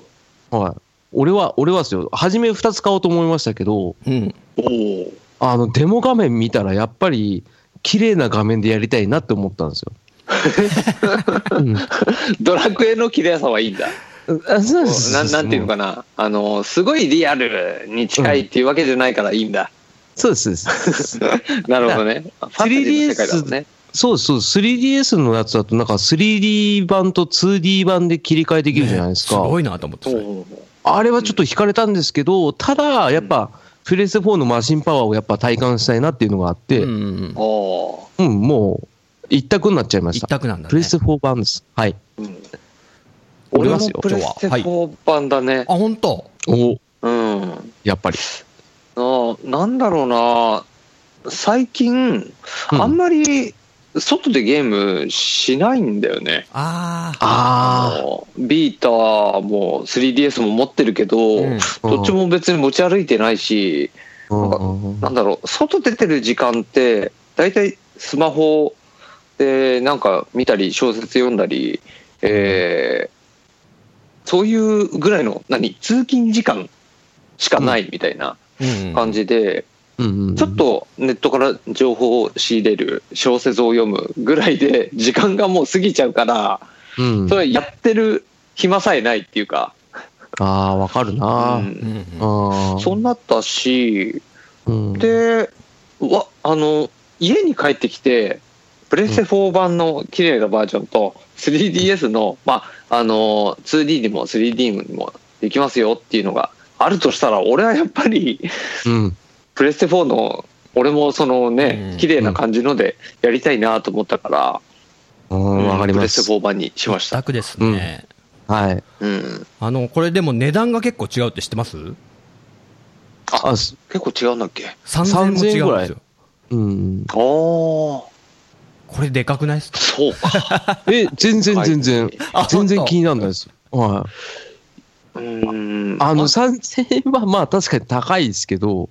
S3: う
S1: はい。俺は、俺はですよ。初め2つ買おうと思いましたけど、
S2: うん。
S3: おう
S1: あの、デモ画面見たら、やっぱり、綺麗な画面でやりたいなって思ったんですよ。うん
S3: ドラクエの綺麗さはいいんだ。
S1: あそうで
S3: な
S1: す
S3: なんていうのかな。あの、すごいリアルに近いっていうわけじゃないからいいんだ。
S1: そうです、そうです。
S3: なるほどね。ファンタジーの世界だもんね。
S1: そうです、そうです。3DS のやつだと、なんか 3D 版と 2D 版で切り替えできるじゃないです
S2: す
S1: か。
S2: ごいなと思って。それ
S3: おう
S1: あれはちょっと惹かれたんですけど、ただ、やっぱ、プレス4のマシンパワーをやっぱ体感したいなっていうのがあって、
S2: う
S1: うん、
S2: ん。
S3: おう
S1: もう、一択になっちゃいまし
S2: 一
S1: た。
S2: 択なんだ
S1: プ
S2: ね
S1: レ。ス4版です。はい。
S3: うん
S1: 俺
S3: 俺
S1: はで
S3: も
S1: すよ
S3: プレステ4版だね
S2: あ、。本当。
S1: お
S3: うん。
S1: やっぱり。
S3: あなんだろうな最近、
S1: うん
S3: あんまり外でゲームしないんだよね。
S2: ああ。
S1: あ
S3: のビーターも 3DS も持ってるけど、
S2: うん
S3: どっちも別に持ち歩いてないし、
S1: あ。うんうん
S3: なんだろう、外出てる時間って、大体スマホでなんか見たり、小説読んだり、えーそういうぐらいの、何、通勤時間しかないみたいな
S2: うん
S3: 感じで、
S1: うんうん
S3: ちょっとネットから情報を仕入れる、小説を読むぐらいで、時間がもう過ぎちゃうから、
S1: うん
S3: それやってる暇さえないっていうか、
S1: ああ、わかるな
S3: う。
S2: うんんうん
S1: ああ。
S3: そんなったし、
S1: うん、
S3: で、わ、あの、家に帰ってきて、プレステ4版の綺麗なバージョンと、3DS の、まあ、あの、2D にも 3D にもできますよっていうのがあるとしたら、俺はやっぱり、
S1: うん。
S3: プレステ4の、俺もその
S2: う
S3: ね
S2: ん、
S3: 綺麗な感じのでやりたいなと思ったから、
S1: うん、わかり
S3: プ
S1: ま
S3: レス
S1: す
S3: テ。4版にしまし
S2: 一
S3: た。
S2: 択ですね。
S1: はい。
S3: うん。
S2: あの、これでも値段が結構違うって知ってます
S1: あ、す
S3: 結構違うんだっけ
S2: ?3000 円も違
S1: 3000
S2: う
S1: ぐ
S2: ん
S1: ら
S2: で
S1: い
S2: すよ。
S1: うん。
S3: ああ、
S2: これでかくないですか
S3: そうか。
S1: え、全然
S3: はい
S1: 全然
S2: あ、
S1: 全然
S2: 本当
S1: 気にならないです。はい。
S3: うん。
S1: あの、3000円はまあ確かに高いですけど、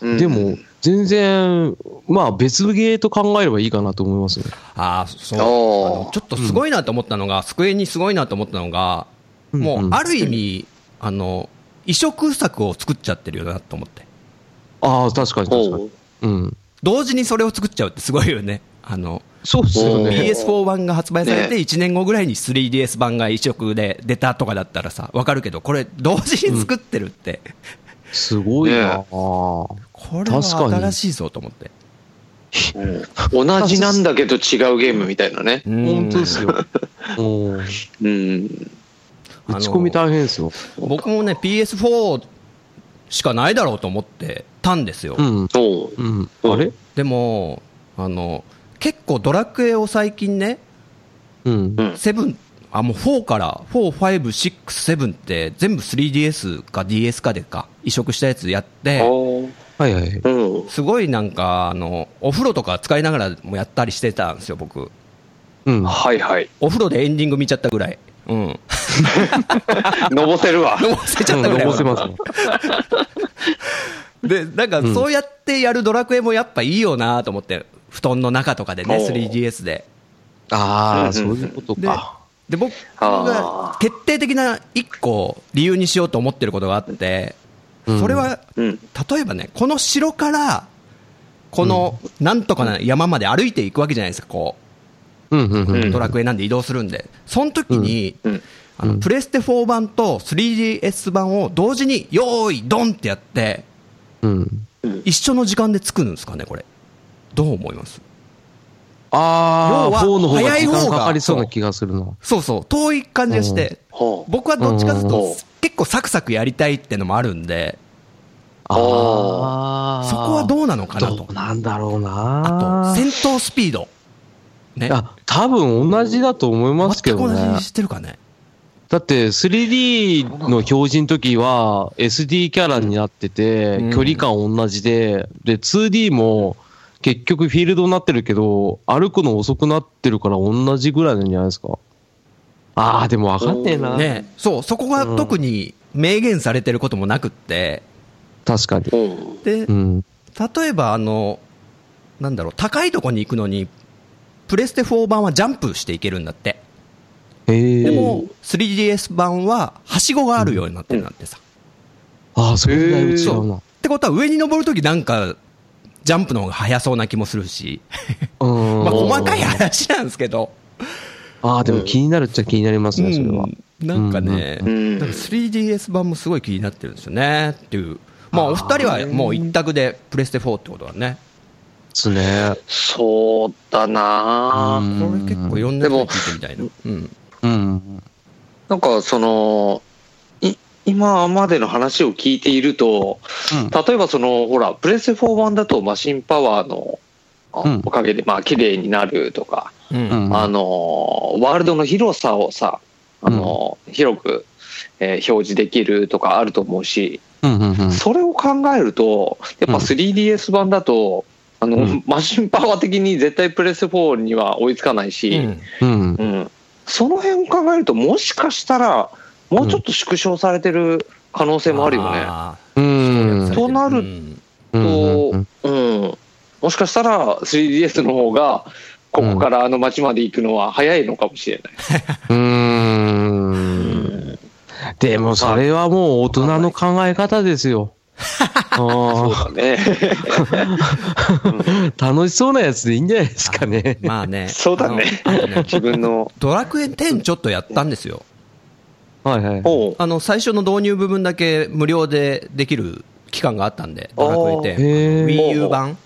S3: うん
S1: でも、全然、まあ別ゲーと考えればいいかなと思いますね。
S2: ああ、そう。あ
S3: おー
S2: のちょっとすごいなと思ったのが、机にすごいなと思ったのが、もう、あ
S1: る
S2: る意味、あの、移植作を作っちゃってるよなと思って。
S1: ああ、確かに確か
S3: お
S1: に。
S3: う
S1: うん。
S2: 同時にそれを作っちゃうってすごいよね。あの、
S1: そうですよ
S3: お
S1: ね。
S3: ー
S2: PS4 版が発売され
S3: ね
S2: て1年後ぐらいに 3DS 版が移植で出たとかだったらさ、わかるけど、これ同時に作ってるって、
S1: すごいな
S3: ね
S1: ああ
S2: これは
S1: 確かに
S2: 新しいぞと思って。
S3: 同じなんだけど違うゲームみたいなね。
S1: 本当です
S2: よ。
S1: よ。おー
S3: うん。
S2: あの
S1: 打ち込み大変ですよ。
S2: 僕もね、PS4 しかないだろうと思ってたんですよ。
S1: うん。
S3: おう
S1: うん。あれ
S2: でも、あの、結構ドラクエを最近ね、
S1: うん
S3: う。ん
S2: 7、あ、もう4から、4、5、6、7って全部 3DS か DS かでか、移植したやつやって、
S1: はいはい。
S3: ああうん。
S2: すごいなんか、あの、お風呂とか使いながらもやったりしてたんですよ、僕。
S1: うん。
S3: はいはい。
S2: お風呂でエンディング見ちゃったぐらい。 うん。
S3: のぼせる わ。
S2: のぼせちゃったぐらい
S1: 残
S2: は
S1: せます もん。
S2: で、なんか、そうやってやるドラクエもやっぱいいよなと思って、布団の中とかでね、
S3: おう
S2: 3DS で。
S1: あ
S3: う
S1: あ、
S3: ん
S1: そういうこと
S2: で
S1: か。、
S2: で僕
S3: あ
S2: が決定的な一個理由にしようと思ってることがあって、
S1: うん
S2: それは、
S3: うん。
S2: 例えばね、この城から、この、なんとかな山まで歩いていくわけじゃないですか、こ
S1: うんうんう。
S3: うん
S2: う、
S3: ん
S2: ドラクエなんで移動するんで。その時に、
S3: うん。
S2: あのプレステ4版と 3DS 版を同時に、用意ドンってやって、
S1: うん。
S2: 一緒の時間で作るんですかね、これ。どう思います
S1: あ
S2: 要
S1: あ、
S2: は
S1: 4の方が
S2: 早い
S1: 時
S2: 方が
S1: 間かかりそうな気がするな。
S2: そうそう、遠い感じがして、
S3: ほう。
S2: 僕はどっちかという
S3: うんうんうん、
S2: と結構サクサクやりたいってのもあるんで、
S1: ああ。
S2: そこはどうなのかな
S1: ど
S2: と
S1: う。なんだろうな
S2: あと、戦闘スピード。ね。
S1: あ、多分同じだと思いますけ
S2: 全く
S1: ど
S2: 同じ
S1: ね
S2: に。してるかね。
S1: だって 3D の表示の時は SD キャラになってて
S2: うん、
S1: 距離感同じで、で、2D も結局フィールドになってるけど、歩くの遅くなってるから同じぐらいなんじゃないですか。ああ、でもわかんねえな。
S2: ね。そう、そこが特に明言されてることもなくって、
S1: 確かに。
S3: ほう。
S2: で、
S1: うん。
S2: 例えばあの、なんだろう、高いとこに行くのに、プレステ4版はジャンプしていけるんだって。
S1: え
S2: で
S1: え。
S2: も、3DS 版は、はしごがあるようになってるんだってさ。
S1: ああ、それぐらい違
S3: そう
S1: な。
S2: ってことは上に登るときなんか、ジャンプの方が早そうな気もするし、
S1: うん。
S2: まあ細かい話なんですけど、
S1: ああ、でも気になるっちゃ気になりますね、それは。
S2: うんなんかね、
S3: うん
S2: だから 3DS 版もすごい気になってるんですよねっていう、まあお二人はもう一択でプレステ4ってことはね、
S1: ですね。
S3: そうだなぁ
S1: う
S2: こ
S1: ん
S2: れ結構いろんな人に聞いてみたいな。うん
S1: うん。
S3: なんかその、い今までの話を聞いていると、例えばその、ほら、プレステ4版だとマシンパワーのあ
S1: うん
S3: おかげで、まあ、綺麗になるとか、
S2: うん
S1: うん
S3: あのーワールドの広さをさ、あのー広く、えー表示できるとかあると思うし、
S1: うんうんうん。
S3: それを考えると、やっぱ
S1: うん
S3: 3DS 版だと、あの
S1: うん
S3: マシンパワー的に絶対プレステ4には追いつかないし、
S2: うん
S1: うん。
S3: うん、その辺を考えると、もしかしたら、もうちょっと縮小されてる可能性もあるよね。
S2: あ
S1: う
S2: ー
S1: ん。
S3: となる
S2: うん
S1: うん
S3: と、うん、もしかしたら 3DS の方が、ここからあの街まで行くのは早いのかもしれない。
S1: うん。でもそれはもう大人の考え方ですよ。あ
S3: そうだ ね。
S1: ー楽しそうなやつでいいんじゃないですかね。
S2: まあね、
S3: そうだね
S2: あのあのね
S3: 自分の。
S2: ドラクエ10ちょっとやったんですよ、
S1: はいはい。
S3: おう
S2: あの最初の導入部分だけ無料でできる期間があったんで、ドラクエ
S1: へ
S3: あー
S2: 10、
S1: ー
S2: Wii U 版。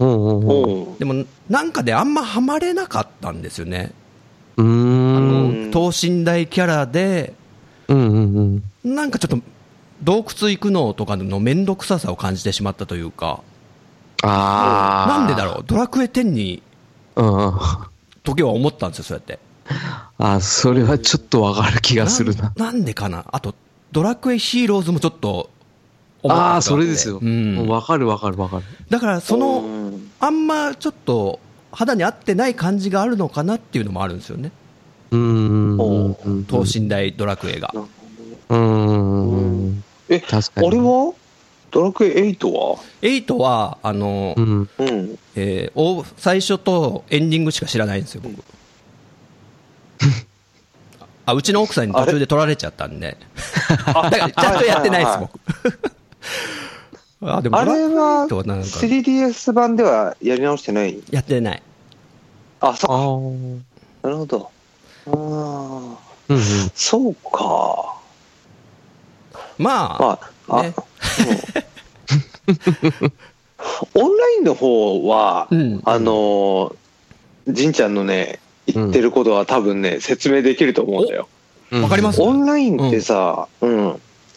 S1: うんうんうん。
S3: おう
S2: でもなんかであんまハマれなかったんですよね、
S1: うー
S2: あ
S1: ん。
S2: の等身大キャラで、
S1: うんうんうん。
S2: なんかちょっと洞窟行くのとかの面倒くささを感じてしまったというか、
S1: ああ。
S2: なんでだろう、ドラクエ10に
S1: うん。あ
S2: 時は思ったんですよ、そうやって。
S1: ーそれはちょっとわかる気がするな。
S2: んなんでかな、あと、ドラクエヒーローズもちょっと思ったことが
S1: あ
S2: あ
S1: あ、
S2: って
S1: それですよ。
S2: う、
S1: もうんわかるわかるわかる。
S2: だから、その、
S3: うん
S2: あんまちょっと肌に合ってない感じがあるのかなっていうのもあるんですよね、
S1: うんうんうん
S3: お
S1: うん。
S2: 等身大ドラクエが。
S1: うんうんうん。
S3: え、
S1: 確
S3: あ
S1: かに。
S3: れはドラクエ8は
S2: 8は、あの、
S1: うん。
S3: うん。
S2: えーお最初とエンディングしか知らないん ですよ、僕。あうちの奥さんに途中で取られちゃったんで、 だからちゃんとやってないです、僕。 あでも
S3: あれは
S2: ドラクエ8なんか
S3: 3DS 版ではやり直してない
S2: やってない、
S3: あ、そ
S1: ああ。
S3: う。なるほど。ああ、
S1: うんうん。
S3: そうか。
S2: まあ、
S3: まあ、あ、
S2: ね
S3: うん オンラインの方は、
S2: うん
S3: あのー、じんちゃんのね、言ってることは多分ね、説明できると思うんだよ。
S1: うん
S2: わかります
S3: オンラインってさ、うん、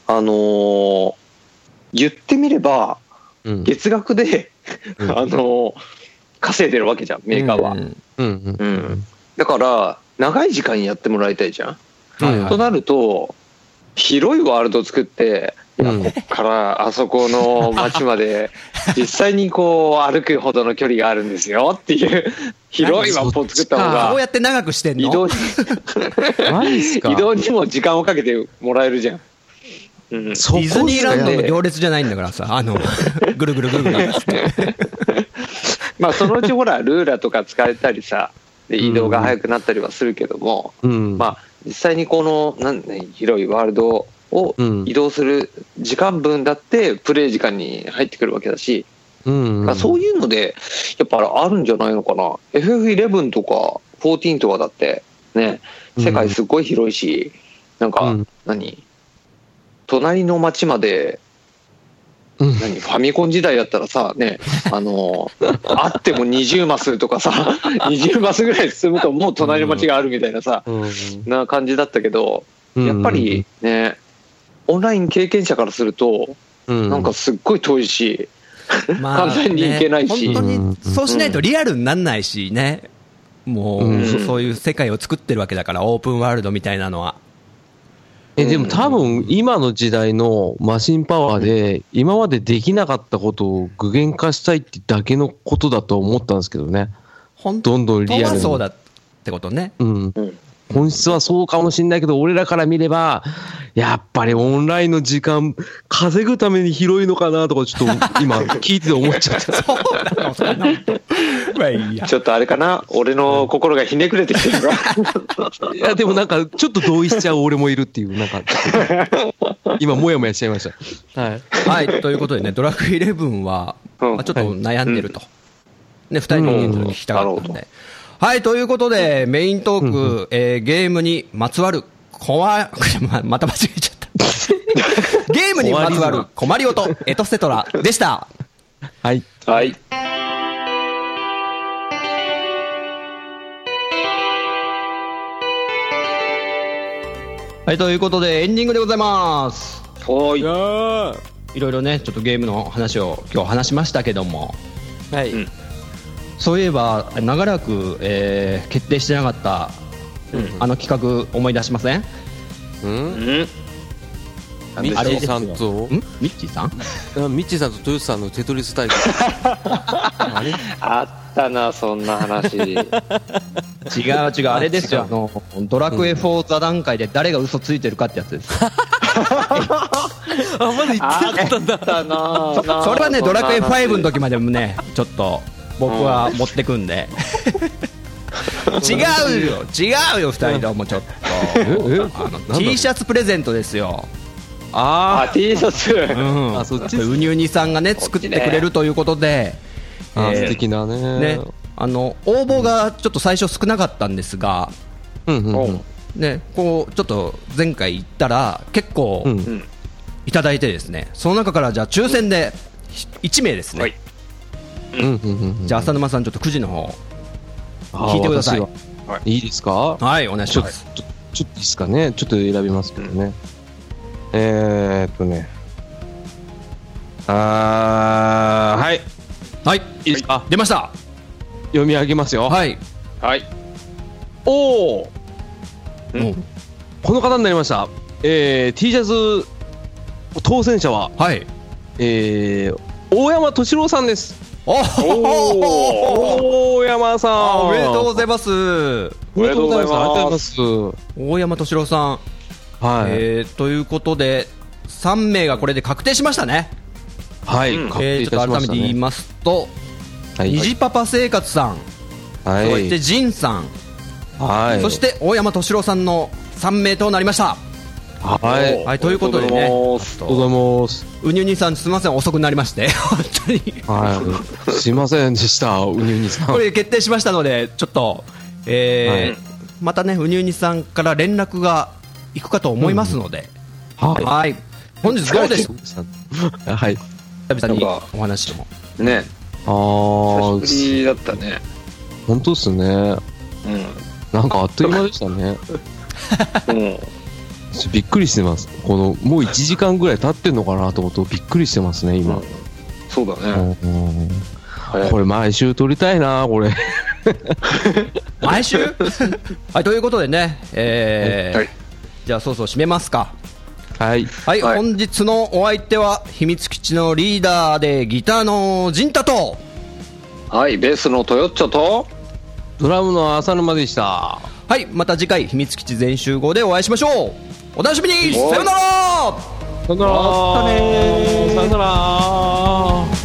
S3: あのー言ってみれば、
S1: うん
S3: 月額で、
S1: う
S3: あのー稼いでるわけじゃん、メーカーは。
S2: うん
S1: うん
S3: うんだから、長い時間やってもらいたいじゃん。
S1: うん
S2: はい
S3: となると、広いワールド作って、いや
S1: うん
S3: こっからあそこの町まで実際にこう歩くほどの距離があるんですよっていう広いマップを作った方
S1: あ
S2: こう
S3: が
S2: やって長くしてんの
S3: 移動に
S1: マジっす か
S3: 移動にも時間をかけてもらえるじゃん。うん、
S1: そこ
S2: ディズニーランドの
S1: で
S2: 行列じゃないんだからさ、あの、ぐるぐるぐるぐる。
S3: まあそのうちほらルーラとか使えたり さで移動が早くなったりはするけども、
S1: うん、
S3: まあ実際にこのなん、ね、広いワールドを
S1: うん
S3: 移動する時間分だってプレイ時間に入ってくるわけだし、
S1: うん
S3: まあそういうのでやっぱあるんじゃないのかな FF11 とか14とかだってね世界すっごい広いし、なんか、
S1: うん
S3: 何隣の町まで
S1: うん
S3: 何ファミコン時代だったらさねあのあっても20マスとかさ20マス ぐらい進むともう隣の町があるみたいなさ、な感じだったけどやっぱり、ね、オンライン経験者からすると、
S1: うん
S3: なんかすっごい遠いし、
S2: まあ
S3: 完全に行けないし
S2: ね本当にそうしないとリアルになんないしね、もう、
S1: うん
S2: そそういう世界を作ってるわけだから、オープンワールドみたいなのは。
S1: えでも多分今の時代のマシンパワーで今までできなかったことを具現化したいってだけのことだと思ったんですけどね、
S2: 本当
S1: どんどんリアル
S2: は
S1: に。
S2: そうだってことね。
S1: うん
S3: うん
S1: 本質はそうかもしれないけど、俺らから見れば、やっぱりオンラインの時間、稼ぐために広いのかなとか、ちょっと今、聞いてて思っちゃった。
S2: そうなの、そうなの。まあいいや。
S3: ちょっとあれかな、俺の心がひねくれてきてる から。
S1: いや、でもなんか、ちょっと同意しちゃう俺もいるっていう、 なんか、今、もやもやしちゃいました。はい。
S2: はい、ということでね、ドラクエイレブンは、
S3: うん
S2: まあ、ちょっと悩んでると。ね、二人の意見を聞きたかった
S3: うんんな
S2: で。はい、ということで、メイントー
S1: うん
S2: ク、えーゲームにまつわ る、怖い、ままた間違えちゃった。ゲームにまつわる困りごと、エトセトラでした。
S1: はい。
S3: はい。
S2: はい、ということで、エンディングでございます。
S3: はい。
S2: いろいろね、ちょっとゲームの話を今日話しましたけども、
S1: はい
S3: うん
S2: そういえば、長らく、えー決定してなかった、あの企画、思い出しません
S1: うん
S3: うん。
S1: ミ
S2: あ
S1: ッチ
S2: れで
S1: ー
S2: す
S1: さ
S2: よ
S1: んと
S2: ん、ミッチーさん
S1: うんミッチーさんと豊洲さんのテトリス対決。あれ
S3: あったな、そんな話。
S2: 違う違う、あれですよ、
S1: 違
S2: あのドラクエ4座談会で誰が嘘ついてるかってやつです。
S1: あ、まだ言ってなかったんだ。
S3: だな
S2: そそれはね、ドラクエ5
S3: 時。
S2: の時までもね、ちょっと僕は持ってく んで。違うよ、違うよ、2人ともちょっと。あの T シャツプレゼントですよ。
S1: あ
S3: あ、T シャツ
S2: う。ん、
S1: あそっち
S2: ウニウニさんがね、作ってくれるということで、
S1: ーあー、
S2: えー
S1: 素敵なね
S2: ね。、あの応募がちょっと最初少なかったんですが、
S1: うんうんうん
S2: ね、こうちょっと前回行ったら結構、
S1: うん
S3: うん。
S2: いただいてですねその中からじゃあ抽選で1名ですね、
S3: はい
S1: うんうんうん
S2: じゃあ浅沼さんちょっと9時の方
S1: あー
S2: 聞いてください
S1: 私ははいいですか
S2: はいお願い
S1: ち
S2: し
S1: ょっ
S2: ま
S1: と
S2: す、
S1: ちょちょっといいですかね。ちょっと選びますけどね。えーっとね。あー、はい。
S2: はい
S1: いいですか
S2: 出ました
S1: 読み上げますよ。
S2: はい
S3: はい。
S1: おー
S3: うん
S2: もう
S1: この方になりました。えー、T シャツ当選者は、
S2: はい
S1: えー、大山敏郎さんです。
S2: おお
S1: 大山さん。
S2: おめでとうご
S1: い
S2: ざいます
S1: おめでとうございます。ありがとう
S3: おめでとうござい
S1: ございま。
S3: ます
S2: 大山敏郎さん、
S1: はい。
S2: えー、ということで3名がこれで確定しましたね
S1: はい、
S3: うん
S1: 確定
S2: えー
S1: い
S2: ち
S1: た
S2: ょっ
S1: し
S2: と
S1: ま
S2: 改め
S1: してた
S2: 言い
S1: ね。
S2: ますと、
S1: はい
S2: 虹パパ生活さん、
S1: は
S2: そし
S1: い
S2: て、仁さん、
S1: はい、
S2: そして大山敏郎さんの3名となりました
S1: はい、あり
S3: お
S1: が
S2: はいということでね
S3: ありがとうございます
S1: とうございます。
S2: うにゅうにさんすみません遅くなりまして 本当に
S1: はい、すいませんでした、ウニウニさん。
S2: これ決定しましたのでちょっと、え
S1: は
S2: ー
S1: い
S2: またねうにゅうにさんから連絡がいくかと思いますので、
S1: はい
S2: はい本日どうでし
S1: そ
S2: た
S1: うでしたはい。
S2: 久々に
S3: なんか
S2: お話も
S3: ね、
S1: あー
S3: 久、しぶりだったね。
S1: 本当ですね。
S3: う
S1: なんかあっという間でしたね。
S3: ん。うん。
S1: ちょっとびっくりしてます。この、もう1時間ぐらい経ってんのかなと思うと、びっくりしてますね、今。
S3: そうだね。
S1: うん
S3: 早い
S1: これ、毎週撮りたいな、これ。
S2: 毎週はいということでね、えー
S3: はい
S2: じゃあそうそう締めますか
S1: はい。
S2: はい、
S3: はい
S2: 本日のお相手は秘密基地のリーダーでギターの陣太と
S3: はい、ベースのトヨッチョと、
S1: ドラムの浅沼でした。
S2: はいまた次回秘密基地全集合でお会いしましょうお楽しみに
S3: おい
S2: さようなら
S1: さよなら。
S3: またねー
S1: さよなら。